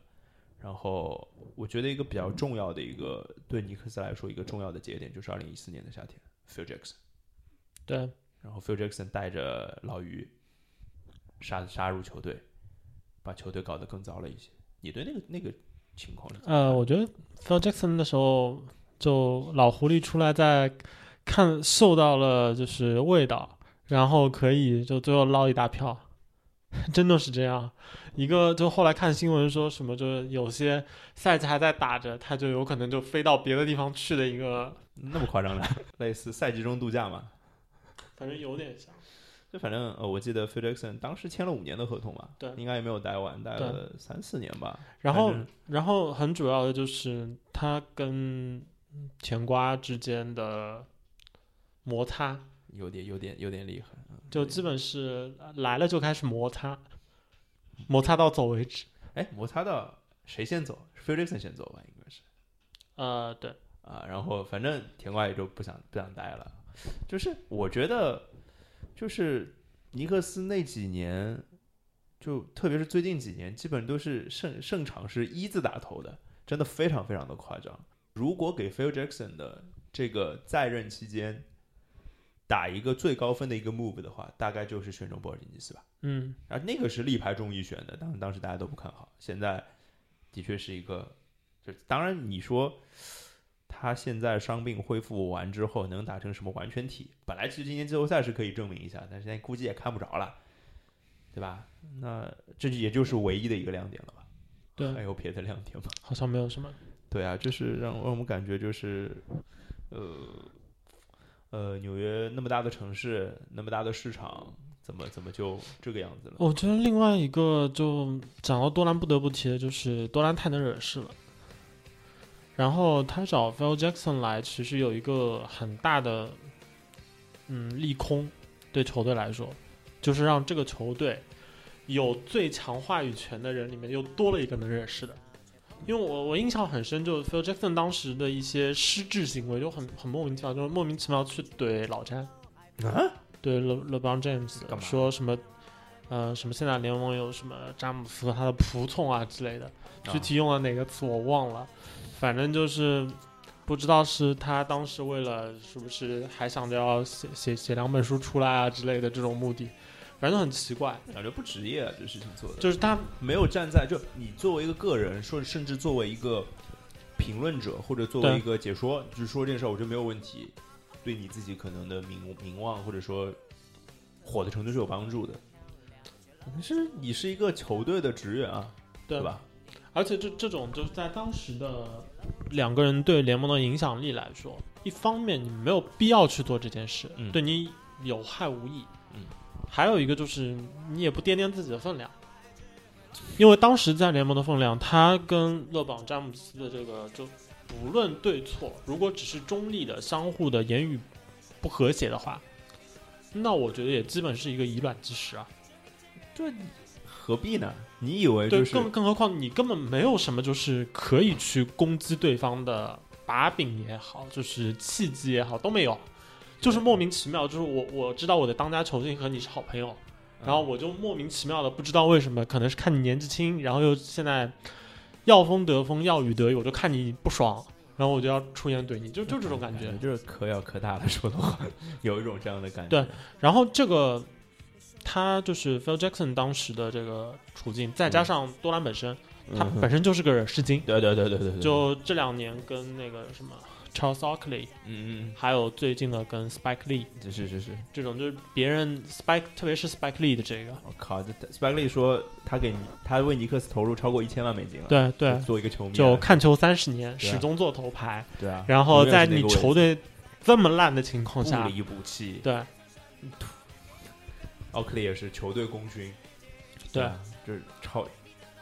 Speaker 2: 然后我觉得一个比较重要的一个对尼克斯来说一个重要的节点就是二零一四年的夏天，Phil Jackson，
Speaker 3: 对，
Speaker 2: 然后 Phil Jackson 带着老于杀杀入球队，把球队搞得更糟了一些。你对那个那个情况是怎么
Speaker 3: 呃，
Speaker 2: 看
Speaker 3: 我觉得 Phil Jackson 的时候，就老狐狸出来在看嗅到了就是味道，然后可以就最后捞一大票， 真的是这样。一个就后来看新闻说什么，就是有些赛季还在打着，他就有可能就飞到别的地方去的一个，
Speaker 2: 那么夸张的，类似赛季中度假嘛？
Speaker 3: 反正有点像。
Speaker 2: 就反正呃，我记得 Phil Jackson 当时签了五年的合同嘛，
Speaker 3: 对
Speaker 2: 应该也没有待完，待了三四年吧。
Speaker 3: 然后
Speaker 2: 反正，
Speaker 3: 然后很主要的就是他跟甜瓜之间的摩擦，
Speaker 2: 有点有点有点厉害，嗯
Speaker 3: 就基本是呃来了就开始摩擦，摩擦到走为止。
Speaker 2: 哎，摩擦到谁先走？Phil Jackson 先走吧，应该是。
Speaker 3: 呃，对，
Speaker 2: 啊，然后反正甜瓜也就不想不想待了。就是我觉得，就是尼克斯那几年，就特别是最近几年，基本都是胜胜场是一字打头的，真的非常非常的夸张。如果给 Phil Jackson 的这个在任期间打一个最高分的一个 move 的话，大概就是选中波尔津吉斯吧。
Speaker 3: 嗯，
Speaker 2: 然啊后那个是力排众议选的，当当时大家都不看好，现在的确是一个，就当然你说他现在伤病恢复完之后能打成什么完全体，本来其实今年季后赛是可以证明一下，但是现在估计也看不着了，对吧？那这也就是唯一的一个亮点了吧？
Speaker 3: 对
Speaker 2: 还有别的亮点吗？
Speaker 3: 好像没有什么。
Speaker 2: 对啊，就是让让我们感觉就是，呃呃，纽约那么大的城市，那么大的市场，怎么怎么就这个样子了？
Speaker 3: 我觉得哦另外一个就讲到多兰，不得不提的就是多兰太能惹事了。然后他找 Phil Jackson 来，其实有一个很大的嗯利空，对球队来说，就是让这个球队有最强话语权的人里面又多了一个能惹事的。因为我我印象很深，就 Phil Jackson 当时的一些失智行为就很很莫名其妙，就是莫名其妙去怼老詹，
Speaker 2: 啊，
Speaker 3: 对 Le LeBron James
Speaker 2: 干嘛
Speaker 3: 说什么，呃，什么现在联盟有什么詹姆斯和他的仆从啊之类的，具体用了哪个词我忘了，反正就是不知道是他当时为了是不是还想着要写写写两本书出来啊之类的这种目的，反正很奇怪，
Speaker 2: 感觉不职业啊，这事情做的，
Speaker 3: 就是他
Speaker 2: 没有站在就你作为一个个人，说甚至作为一个评论者或者作为
Speaker 3: 对
Speaker 2: 一个解说，就是说这件事儿，我觉得没有问题，对你自己可能的名名望或者说火的程度是有帮助的。但是你是一个球队的职员啊，
Speaker 3: 对
Speaker 2: 对？吧？
Speaker 3: 而且这这种就是在当时的两个人对联盟的影响力来说，一方面你没有必要去做这件事，
Speaker 2: 嗯
Speaker 3: 对你有害无益。
Speaker 2: 嗯。
Speaker 3: 还有一个就是你也不掂掂自己的分量，因为当时在联盟的分量，他跟勒布朗詹姆斯的这个就不论对错，如果只是中立的相互的言语不和谐的话，那我觉得也基本是一个以卵击石啊。
Speaker 2: 这何必呢？你以为
Speaker 3: 对，
Speaker 2: 就是
Speaker 3: 更更何况你根本没有什么就是可以去攻击对方的把柄也好，就是契机也好都没有，就是莫名其妙，就是我我知道我的当家球星和你是好朋友，
Speaker 2: 嗯
Speaker 3: 然后我就莫名其妙的不知道为什么，可能是看你年纪轻，然后又现在要风得风，要雨得雨，我就看你不爽，然后我就要出言怼你，就就这种感觉。
Speaker 2: 就是可咬可打的说的话， 有一种这样的感觉。
Speaker 3: 对然后这个他就是 Phil Jackson 当时的这个处境，再加上多兰本身，
Speaker 2: 嗯
Speaker 3: 他
Speaker 2: 哼
Speaker 3: 本身就是个诗经。
Speaker 2: 对对对对对对，
Speaker 3: 就这两年跟那个什么 Charles Oakley，
Speaker 2: 嗯嗯
Speaker 3: 还有最近的跟 Spike Lee
Speaker 2: 嗯，是是是是，
Speaker 3: 这种，就是别人 Spike，特别是 Spike Lee 的这个，
Speaker 2: 我哦靠，这 Spike Lee 说他给尼他为尼克斯投入超过一千万美金了，
Speaker 3: 对对，
Speaker 2: 作为一个球迷来
Speaker 3: 就
Speaker 2: 说，
Speaker 3: 看球三十年，
Speaker 2: 对啊
Speaker 3: 始终做头牌，
Speaker 2: 对啊，
Speaker 3: 然后
Speaker 2: 永远
Speaker 3: 在
Speaker 2: 是那
Speaker 3: 你
Speaker 2: 个
Speaker 3: 球
Speaker 2: 位置
Speaker 3: 队这么烂的情况下
Speaker 2: 不，离不弃，
Speaker 3: 对
Speaker 2: 奥克利也是球队功勋，
Speaker 3: 对，
Speaker 2: 啊，就是超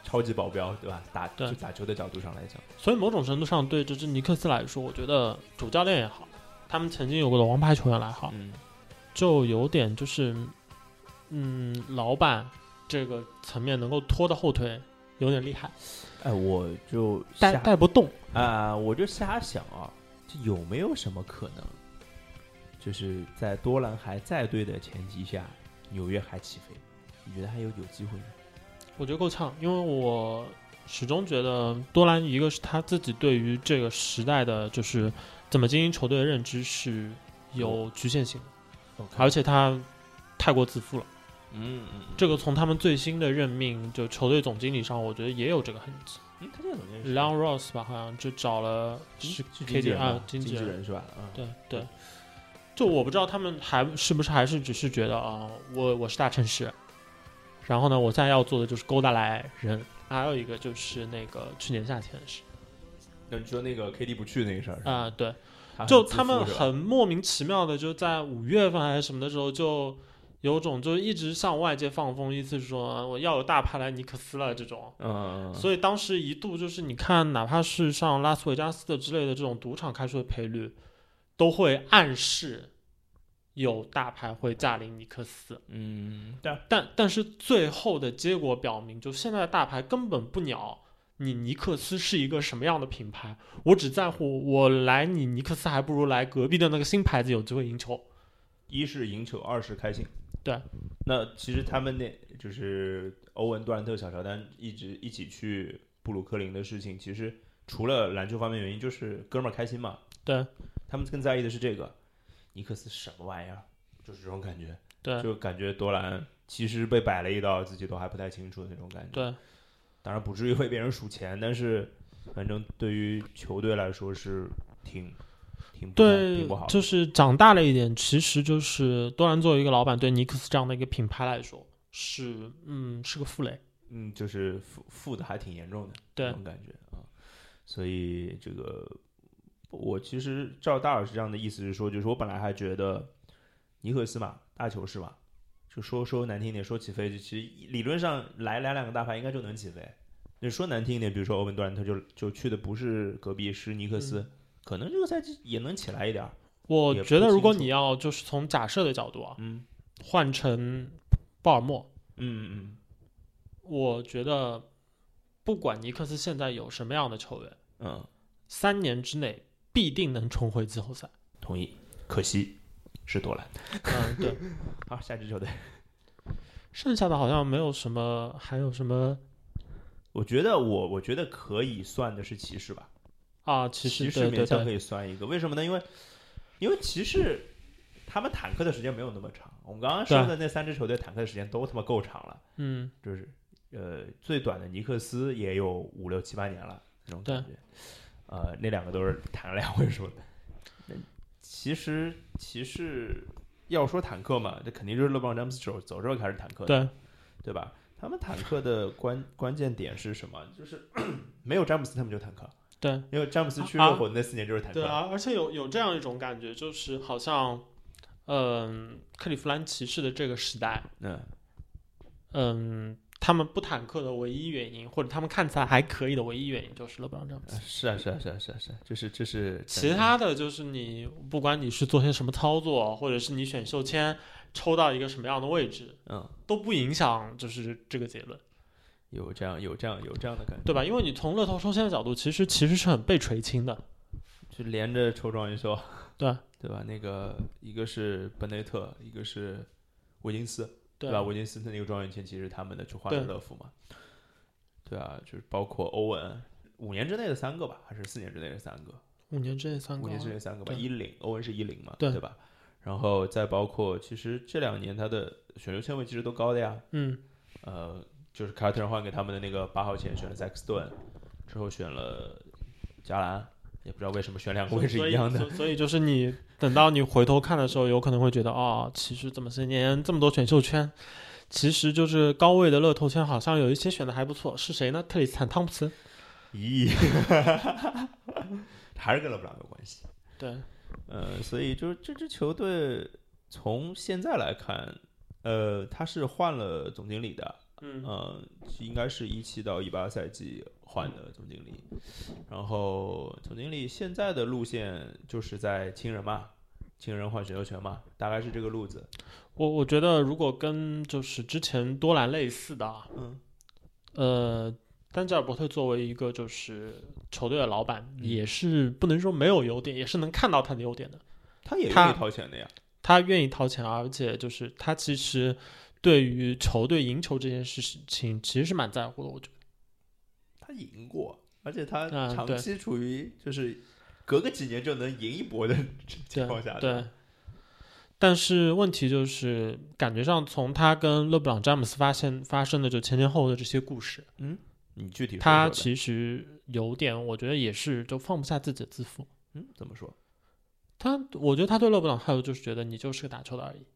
Speaker 2: 超级保镖，对吧？打
Speaker 3: 对
Speaker 2: 就打球的角度上来讲，
Speaker 3: 所以某种程度上对这支尼克斯来说，我觉得主教练也好，他们曾经有过的王牌球员来好，
Speaker 2: 嗯，
Speaker 3: 就有点就是，嗯，老板这个层面能够拖的后腿有点厉害，
Speaker 2: 哎，我就
Speaker 3: 带
Speaker 2: 瞎
Speaker 3: 带不动。
Speaker 2: 啊、我就瞎想啊，这有没有什么可能，就是在多兰还在队的前提下，纽约还起飞？你觉得还有有机会吗？
Speaker 3: 我觉得够呛，因为我始终觉得多兰一个是他自己对于这个时代的就是怎么经营球队的认知是有局限性的，而且他太过自负了。
Speaker 2: 嗯嗯，
Speaker 3: 这个从他们最新的任命就球队总经理上，我觉得也有这个痕迹。
Speaker 2: 嗯，他这个总监是
Speaker 3: Leon Ross 吧，好像就找了
Speaker 2: 是
Speaker 3: 是
Speaker 2: 是嗯经
Speaker 3: K
Speaker 2: 纪
Speaker 3: D
Speaker 2: 人
Speaker 3: 啊
Speaker 2: 吧，
Speaker 3: 经纪
Speaker 2: 纪
Speaker 3: 人，
Speaker 2: 人是吧？啊，
Speaker 3: 对对。就我不知道他们还是不是还是只是觉得啊、我我是大城市，然后呢，我现在要做的就是勾搭来人。还有一个就是那个去年夏天是
Speaker 2: 那你说那个 KD 不去那个事儿是吧
Speaker 3: 啊、对，
Speaker 2: 他嗯很
Speaker 3: 就
Speaker 2: 自
Speaker 3: 他
Speaker 2: 负
Speaker 3: 们
Speaker 2: 是吧
Speaker 3: 很莫名其妙的就在五月份还是什么的时候就。有种就一直向外界放风，意思是说啊我要有大牌来尼克斯了这种，
Speaker 2: 嗯嗯嗯嗯
Speaker 3: 所以当时一度就是你看，哪怕是像拉斯维加斯的之类的这种赌场开出的赔率，都会暗示有大牌会驾临尼克斯。
Speaker 2: 嗯，但
Speaker 3: 但但是最后的结果表明，就现在的大牌根本不鸟你尼克斯是一个什么样的品牌，我只在乎我来你尼克斯，还不如来隔壁的那个新牌子有机会赢球。
Speaker 2: 一是赢球，二是开心。
Speaker 3: 对，
Speaker 2: 那其实他们那就是欧文、杜兰特、小乔丹一直一起去布鲁克林的事情，其实除了篮球方面原因，就是哥们儿开心嘛。
Speaker 3: 对，
Speaker 2: 他们更在意的是这个。尼克斯什么玩意儿？就是这种感觉，
Speaker 3: 对
Speaker 2: 就感觉多兰其实被摆了一道，自己都还不太清楚的那种感觉。
Speaker 3: 对，
Speaker 2: 当然不至于为别人数钱，但是反正对于球队来说是挺挺不好
Speaker 3: 对
Speaker 2: 挺不好，的。
Speaker 3: 就是长大了一点，其实就是多兰作为一个老板，对尼克斯这样的一个品牌来说，是嗯是个负累。
Speaker 2: 嗯，就是负负的还挺严重的，
Speaker 3: 对
Speaker 2: 这种感觉啊。所以这个我其实照大老师这样的意思是说，就是我本来还觉得尼克斯嘛，大球市嘛，就说说难听一点，说起飞，就其实理论上来来两个大牌应该就能起飞。就说难听一点，比如说欧文杜兰特就就去的不是隔壁，是尼克
Speaker 3: 嗯
Speaker 2: 斯，可能这个赛季也能起来一点儿。
Speaker 3: 我
Speaker 2: 也不
Speaker 3: 觉得如果
Speaker 2: 清楚
Speaker 3: 你要就是从假设的角度啊，
Speaker 2: 嗯
Speaker 3: 换成鲍尔默，
Speaker 2: 嗯嗯
Speaker 3: 我觉得不管尼克斯现在有什么样的球员，
Speaker 2: 嗯嗯，
Speaker 3: 三年之内必定能重回季 后赛。
Speaker 2: 同意。可惜是多兰。
Speaker 3: 嗯，对，
Speaker 2: 好，下支球队。
Speaker 3: 剩下的好像没有什么，还有什么
Speaker 2: 我觉得我我觉得可以算的是骑士吧，
Speaker 3: 啊？骑士，
Speaker 2: 士
Speaker 3: 对对
Speaker 2: 勉强可
Speaker 3: 对，
Speaker 2: 以算一个。为什么呢？因为因为骑士他们坦克的时间没有那么长。我们刚刚说的那三支球队坦克的时间都他妈够长了，
Speaker 3: 嗯，
Speaker 2: 就是呃最短的尼克斯也有五六七八年了那种感觉。呃，那两个都是谈了两位数的。那其实骑士要说坦克嘛，这肯定就是勒布朗詹姆斯走走之后开始坦克的。
Speaker 3: 对，
Speaker 2: 对吧？他们坦克的关关键点是什么？就是 没有詹姆斯，他们就坦克。
Speaker 3: 对，
Speaker 2: 因为詹姆斯去
Speaker 3: 啊
Speaker 2: 热火那四年就是坦克。
Speaker 3: 对啊，而且有有这样一种感觉，就是好像，呃嗯、克利夫兰骑士的这个时代，
Speaker 2: 嗯，
Speaker 3: 嗯，他们不坦克的唯一原因，或者他们看起来还可以的唯一原因，就是勒布朗詹姆斯。
Speaker 2: 是啊，是啊，是啊，是啊，是啊，这是这是
Speaker 3: 其他的就是你不管你是做些什么操作，或者是你选秀签抽到一个什么样的位置，
Speaker 2: 嗯，
Speaker 3: 都不影响就是这个结论，
Speaker 2: 有这样有这样有这样的感觉，
Speaker 3: 对吧？因为你从乐透抽签的角度，其实其实是很被垂青的，
Speaker 2: 就连着抽状元秀，
Speaker 3: 对
Speaker 2: 对吧？那个一个是本内特，一个是维金斯，
Speaker 3: 对
Speaker 2: 吧？维金斯的那个状元签其实是他们的去换
Speaker 3: 对
Speaker 2: 的乐福嘛，对啊，就是包括欧文五年之内的三个吧，还是四年之内的三个？
Speaker 3: 五年之内啊三
Speaker 2: 五
Speaker 3: 个
Speaker 2: 年之内三个吧，
Speaker 3: 对
Speaker 2: 一零欧文是一零嘛，
Speaker 3: 对
Speaker 2: 吧？然后再包括其实这两年他的选秀签位其实都高的呀，
Speaker 3: 嗯，
Speaker 2: 呃，就是凯尔特人换给他们的那个八号签选了塞克斯顿，之后选了加兰，也不知道为什么选两个位置
Speaker 3: 所以
Speaker 2: 一样的，
Speaker 3: 所所以就是你等到你回头看的时候，有可能会觉得哦，其实这么些年这么多选秀圈，其实就是高位的乐透圈好像有一些选的还不错，是谁呢？特里斯坦汤普森，
Speaker 2: 咦， 还是跟勒布朗有关系。
Speaker 3: 对，
Speaker 2: 呃，所以就是这支球队从现在来看，呃，他是换了总经理的，
Speaker 3: 嗯
Speaker 2: 嗯，应该是一七到一八赛季换的总经理，然后总经理现在的路线就是在亲人嘛，亲人换选秀权嘛，大概是这个路子。
Speaker 3: 我我觉得如果跟就是之前多兰类似的啊，
Speaker 2: 嗯，
Speaker 3: 呃，丹吉尔伯特作为一个就是球队的老板，也是不能说没有优点，也是能看到他的优点的。
Speaker 2: 他也愿
Speaker 3: 他
Speaker 2: 意掏钱的呀。
Speaker 3: 他愿意掏钱，而且就是他其实对于球队赢球这件事情其实是蛮在乎的。我觉
Speaker 2: 他赢过，而且他
Speaker 3: 啊
Speaker 2: 长
Speaker 3: 对
Speaker 2: 期处于就是隔个几年就能赢一波的情况下
Speaker 3: 得对。但是问题就是，感觉上从他跟勒布朗詹姆斯发现发生的就前前后后的这些故事，
Speaker 2: 你具体说
Speaker 3: 他
Speaker 2: 说呗嗯
Speaker 3: 其实有点，我觉得也是就放不下自己的自负。
Speaker 2: 嗯怎么说？
Speaker 3: 他，我觉得他对勒布朗态度就是觉得你就是个打球的而已，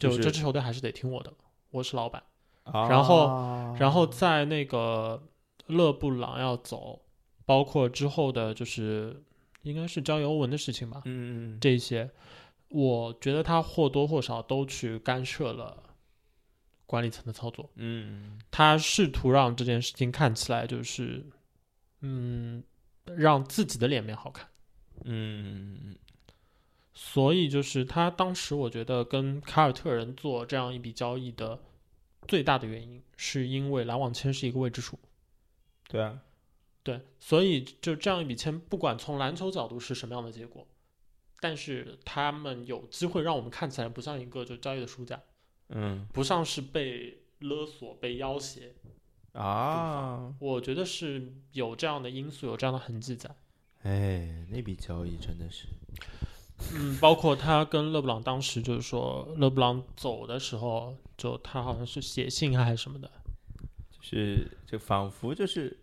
Speaker 3: 就
Speaker 2: 就是
Speaker 3: 这支球队还是得听我的，我是老板。然后
Speaker 2: 啊
Speaker 3: 然后在那个勒布朗要走，包括之后的就是应该是交易欧文的事情吧，
Speaker 2: 嗯，
Speaker 3: 这一些，我觉得他或多或少都去干涉了管理层的操作，
Speaker 2: 嗯
Speaker 3: 他试图让这件事情看起来就是，嗯，让自己的脸面好看。
Speaker 2: 嗯嗯
Speaker 3: 所以就是他当时我觉得跟凯尔特人做这样一笔交易的最大的原因，是因为篮网签是一个未知数。
Speaker 2: 对啊，
Speaker 3: 对，所以就这样一笔签，不管从篮球角度是什么样的结果，但是他们有机会让我们看起来不像一个就交易的输家，
Speaker 2: 嗯
Speaker 3: 不像是被勒索、被要挟。
Speaker 2: 啊，
Speaker 3: 我觉得是有这样的因素，有这样的痕迹在。
Speaker 2: 哎，那笔交易真的是，
Speaker 3: 嗯，包括他跟勒布朗当时就是说，勒布朗走的时候，就他好像是写信啊还是什么的。
Speaker 2: 就是就仿佛就是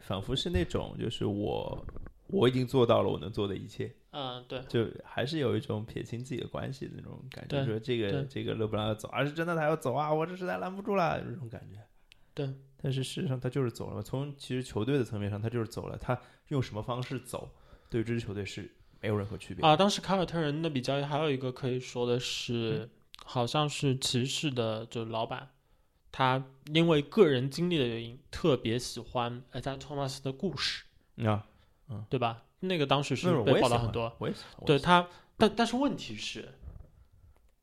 Speaker 2: 仿佛是那种就是我我已经做到了我能做的一切，
Speaker 3: 嗯，对，
Speaker 2: 就还是有一种撇清自己的关系的那种感觉，
Speaker 3: 对
Speaker 2: 说这个
Speaker 3: 对
Speaker 2: 这个勒布朗要走，啊，是真的他要走啊，我这实在拦不住了这种感觉。
Speaker 3: 对，
Speaker 2: 但是事实上他就是走了，从其实球队的层面上他就是走了，他用什么方式走，对这支球队是没有任何区别。
Speaker 3: 啊，当时凯尔特人那笔交易还有一个可以说的是，
Speaker 2: 嗯
Speaker 3: 好像是骑士的就老板，他因为个人经历的原因，特别喜欢艾
Speaker 2: 嗯
Speaker 3: 扎托马斯的故事，
Speaker 2: 啊，
Speaker 3: 对吧？那个当时
Speaker 2: 那
Speaker 3: 是
Speaker 2: 种我
Speaker 3: 被
Speaker 2: 也
Speaker 3: 报
Speaker 2: 喜
Speaker 3: 道
Speaker 2: 欢
Speaker 3: 很多，，
Speaker 2: 我也喜欢，我
Speaker 3: 对
Speaker 2: 也喜
Speaker 3: 他，但但是问题是，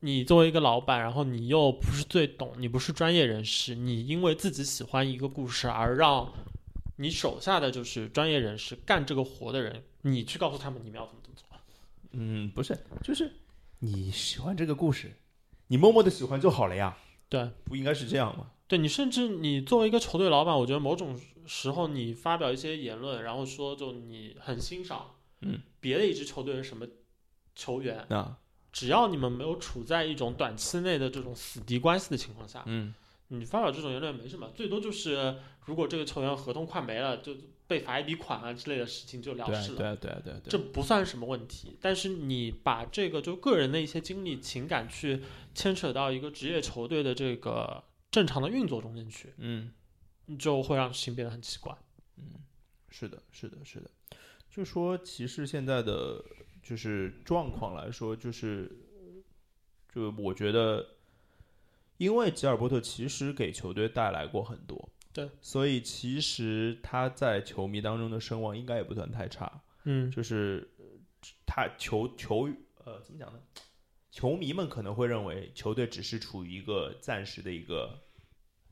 Speaker 3: 你作为一个老板，然后你又不是最懂，你不是专业人士，你因为自己喜欢一个故事而让你手下的就是专业人士干这个活的人，你去告诉他们你们要怎么怎么做。
Speaker 2: 欢嗯，不是，就是你喜欢这个故事，你默默的喜欢就好了呀，
Speaker 3: 对，
Speaker 2: 不应该是这样吗？
Speaker 3: 对你，甚至你作为一个球队老板，我觉得某种时候你发表一些言论，然后说就你很欣赏，
Speaker 2: 嗯，
Speaker 3: 别的一支球队是什么球员，
Speaker 2: 啊，
Speaker 3: 只要你们没有处在一种短期内的这种死敌关系的情况下，
Speaker 2: 嗯，
Speaker 3: 你发表这种言论没什么，最多就是如果这个球员合同快没了，就被罚一笔款啊之类的事情就了
Speaker 2: 对啊
Speaker 3: 事，了。
Speaker 2: 对啊，对啊，对啊，
Speaker 3: 这
Speaker 2: 对啊，
Speaker 3: 不算什么问题，但是你把这个就个人的一些经历、情感去牵扯到一个职业球队的这个正常的运作中间去，
Speaker 2: 嗯。
Speaker 3: 就会让事情变得很奇怪。
Speaker 2: 是的，是的，是的。就说骑士现在的就是状况来说，就是就我觉得因为吉尔伯特其实给球队带来过很多，
Speaker 3: 对，
Speaker 2: 所以其实他在球迷当中的声望应该也不算太差，
Speaker 3: 嗯
Speaker 2: 就是呃他球球呃怎么讲呢？球迷们可能会认为球队只是处于一个暂时的一个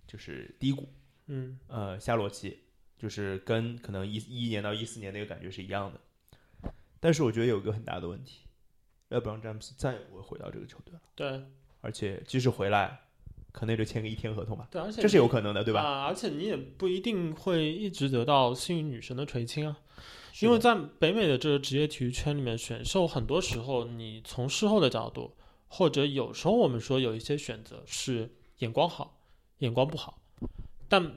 Speaker 2: 就是低谷，
Speaker 3: 嗯
Speaker 2: 呃下落期，就是跟可能一一年到一四年那个感觉是一样的。但是我觉得有一个很大的问题，勒布朗詹姆斯再也不会回到这个球队了，
Speaker 3: 对
Speaker 2: 而且即使回来，可能也就签个一天合同吧，
Speaker 3: 对，而且
Speaker 2: 这是
Speaker 3: 你
Speaker 2: 有可能的，对吧？
Speaker 3: 啊，而且你也不一定会一直得到幸运女神的垂青啊，
Speaker 2: 是
Speaker 3: 因
Speaker 2: 的
Speaker 3: 为在北美的这个职业体育圈里面，选秀很多时候你从事后的角度，或者有时候我们说有一些选择是眼光好，眼光不好，但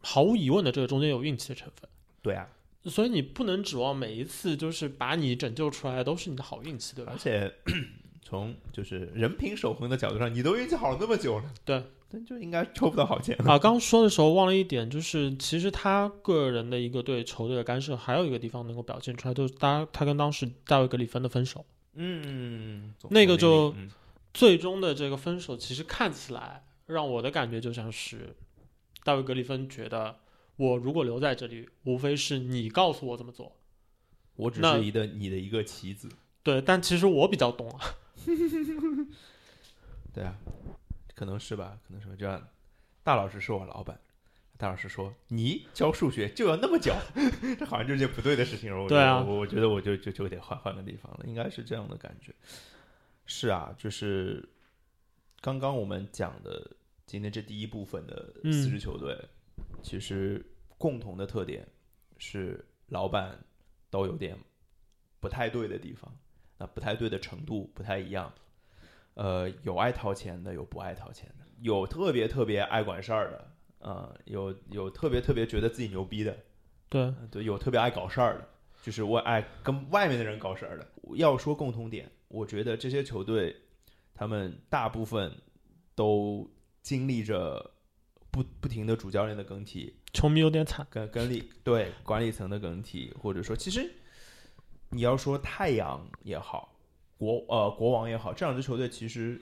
Speaker 3: 毫无疑问的，这个中间有运气的成分。
Speaker 2: 对啊，
Speaker 3: 所以你不能指望每一次就是把你拯救出来的都是你的好运气，对吧
Speaker 2: 而？且 从就是人品守恒的角度上，你都运气好了那么久了，
Speaker 3: 对，
Speaker 2: 那就应该抽不到好 签。
Speaker 3: 啊，刚刚说的时候忘了一点，就是其实他个人的一个对球队的干涉，还有一个地方能够表现出来，就是他他跟当时大卫格里芬的分手，
Speaker 2: 嗯，总
Speaker 3: 那个就
Speaker 2: 嗯
Speaker 3: 最终的这个分手，其实看起来让我的感觉就像是大卫格里芬觉得，我如果留在这里，无非是你告诉我怎么做，
Speaker 2: 我只
Speaker 3: 那
Speaker 2: 是一个你的一个棋子，
Speaker 3: 对，但其实我比较懂啊，
Speaker 2: 对啊，可能是吧，可能是吧。这样，大老师是我老板，大老师说你教数学就要那么教， 这好像就是件不对的事情。我觉得
Speaker 3: 对啊
Speaker 2: 我我觉得我就就就得换换个地方了，应该是这样的感觉。是啊，就是刚刚我们讲的今天这第一部分的
Speaker 3: 嗯
Speaker 2: 四支球队，其实共同的特点是老板都有点不太对的地方，那不太对的程度不太一样。呃，有爱掏钱的，有不爱掏钱的，有特别特别爱管事儿的，呃，有有特别特别觉得自己牛逼的，
Speaker 3: 对，
Speaker 2: 呃对，有特别爱搞事儿的，就是我爱跟外面的人搞事儿的。要说共同点，我觉得这些球队，他们大部分都经历着不不停的主教练的更替，
Speaker 3: 球迷有点惨，
Speaker 2: 跟跟理对管理层的更替，或者说，其实你要说太阳也好，国呃国王也好，这两支球队其实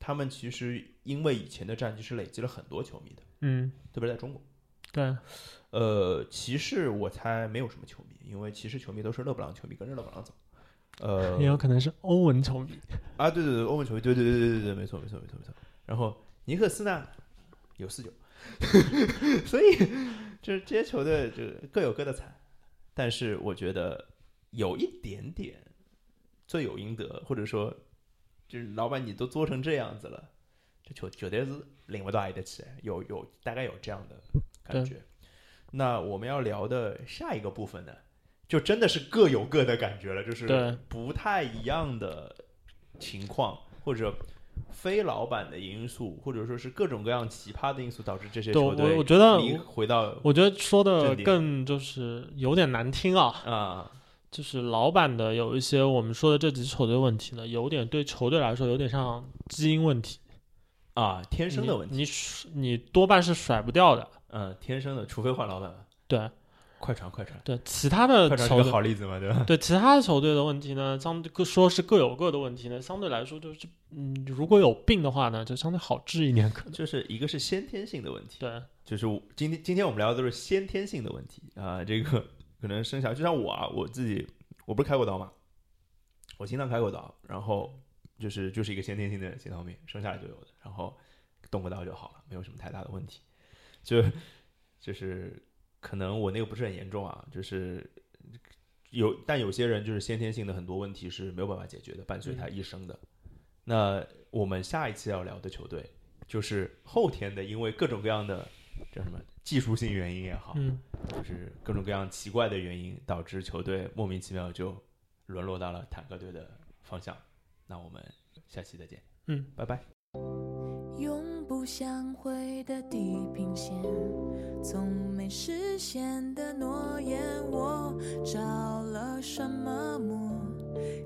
Speaker 2: 他们其实因为以前的战绩是累积了很多球迷的，
Speaker 3: 嗯，
Speaker 2: 特别在中国。
Speaker 3: 对，
Speaker 2: 呃，骑士我猜没有什么球迷，因为骑士球迷都是勒布朗球迷跟着勒布朗走。呃，
Speaker 3: 也有可能是欧文球迷，
Speaker 2: 啊，对对对，欧文球迷，对对对对对对，没错没错没错没错。然后尼克斯呢，有四九，所以就是这些球队就各有各的惨，但是我觉得有一点点罪有应得，或者说就是老板你都做成这样子了，这球绝对是领不到爱的起，有有大概有这样的感觉。那我们要聊的下一个部分呢，就真的是各有各的感觉了，就是
Speaker 3: 对
Speaker 2: 不太一样的情况，或者非老板的因素，或者说是各种各样奇葩的因素，导致这些
Speaker 3: 对
Speaker 2: 球队
Speaker 3: 我我觉得
Speaker 2: 你
Speaker 3: 我
Speaker 2: 回到
Speaker 3: 我觉得说的
Speaker 2: 正点
Speaker 3: 更就是有点难听啊，
Speaker 2: 啊，
Speaker 3: 就是老板的有一些我们说的这几支球队问题呢，有点对球队来说有点像基因问题，
Speaker 2: 啊，天生的问题，
Speaker 3: 你你你多半是甩不掉的。
Speaker 2: 嗯、天生的，除非换老板了，
Speaker 3: 对
Speaker 2: 快船，快船，
Speaker 3: 对，其他的
Speaker 2: 快船
Speaker 3: 呃
Speaker 2: 是
Speaker 3: 球
Speaker 2: 个
Speaker 3: 队
Speaker 2: 好例子嘛，对 吧？
Speaker 3: 对其他的球队的问题呢，相对各说是各有各的问题呢，相对来说就是嗯，如果有病的话呢，就相对好治一点可能。
Speaker 2: 就是一个是先天性的问题，
Speaker 3: 对，
Speaker 2: 就是我今天今天我们聊的都是先天性的问题啊、这个可能生小孩，就像我啊，我自己我不是开过刀嘛，我心脏开过刀，然后就是就是一个先天性的心脏病，生下来就有的，然后动个刀就好了，没有什么太大的问题，就就是可能我那个不是很严重啊，就是。有，但有些人就是先天性的很多问题是没有办法解决的，伴随他一生的。那我们下一次要聊的球队就是后天的，因为各种各样的叫什么技术性原因也好，
Speaker 3: 嗯，
Speaker 2: 就是各种各样奇怪的原因，导致球队莫名其妙就沦落到了坦克队的方向。那我们下期再见，
Speaker 3: 嗯，
Speaker 2: 拜拜。
Speaker 4: 永不相会的地平线，从没实现的诺言，我着了什么魔，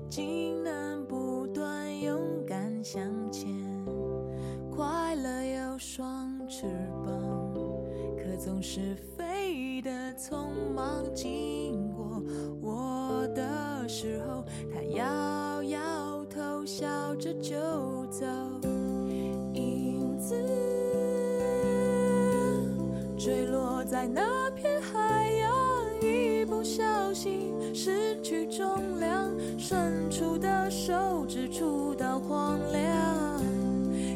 Speaker 4: 竟能不断勇敢向前。快乐有双翅膀，可总是飞得匆忙，经过我的时候，它摇摇头，笑着就走。因在那片海洋，一不小心失去重量，伸出的手指触到荒凉。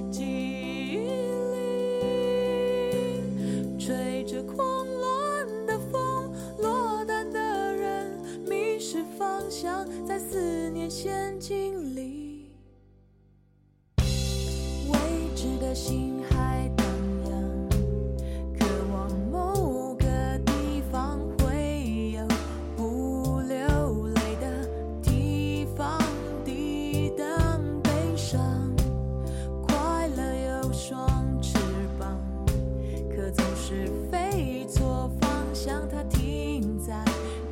Speaker 4: 记忆里吹着狂乱的风，落单的人迷失方向，在思念陷阱里。未知的心还荡漾，渴望某个地方会有不流泪的地方，抵挡悲伤。快乐有双翅膀，可总是飞错方向，它停在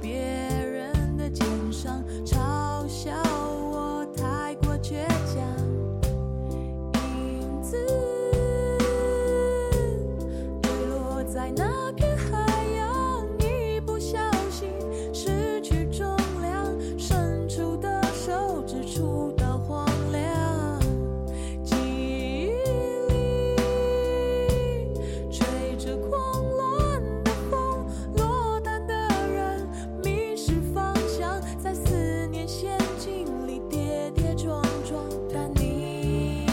Speaker 4: 别人的肩上，嘲笑我太过倔强。影子坠落在那片海洋，一不小心失去重量，伸出的手指触到荒凉。记忆里吹着狂乱的风，落单的人迷失方向，在思念陷阱里跌跌撞撞。但你，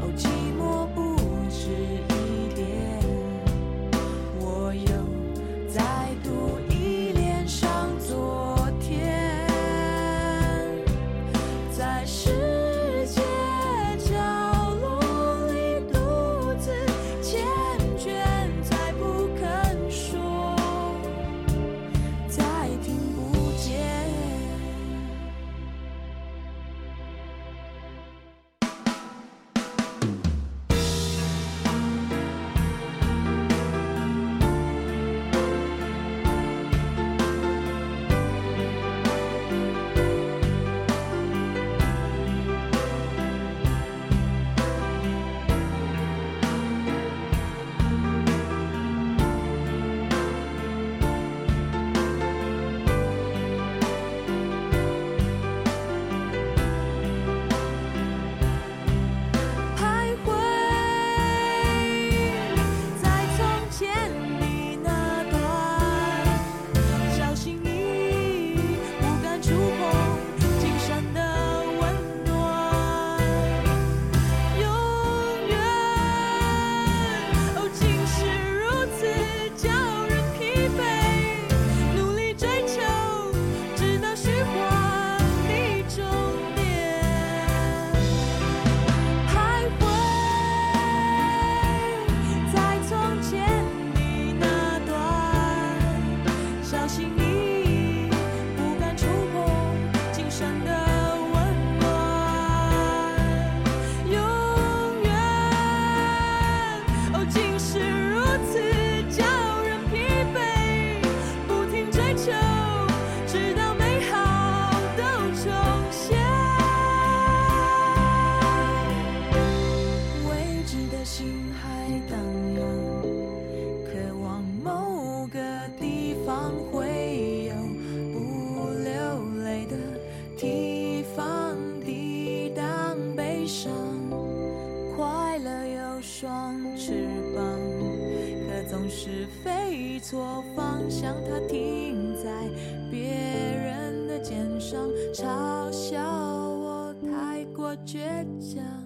Speaker 4: 哦，寂寞不止一点，我又再度依恋上昨天。在世界角落里独自缱绻，再不肯说，再听不见。徘徊在从前你那段，小心翼翼，不敢触碰金山的温暖。永远，哦，竟是如此叫人疲惫，努力追求，直到虚晃的终点。徘徊在从前你那段，小心翼翼，不敢触碰今生的温暖。永远，哦，竟是如此叫人疲惫，不停追求，直到美好都重现。未知的心还荡漾，渴望某个地方会有不流泪的地方，抵挡悲伤。快乐有双翅膀，可总是飞错方向，它停在别人的肩上，嘲笑我太过倔强。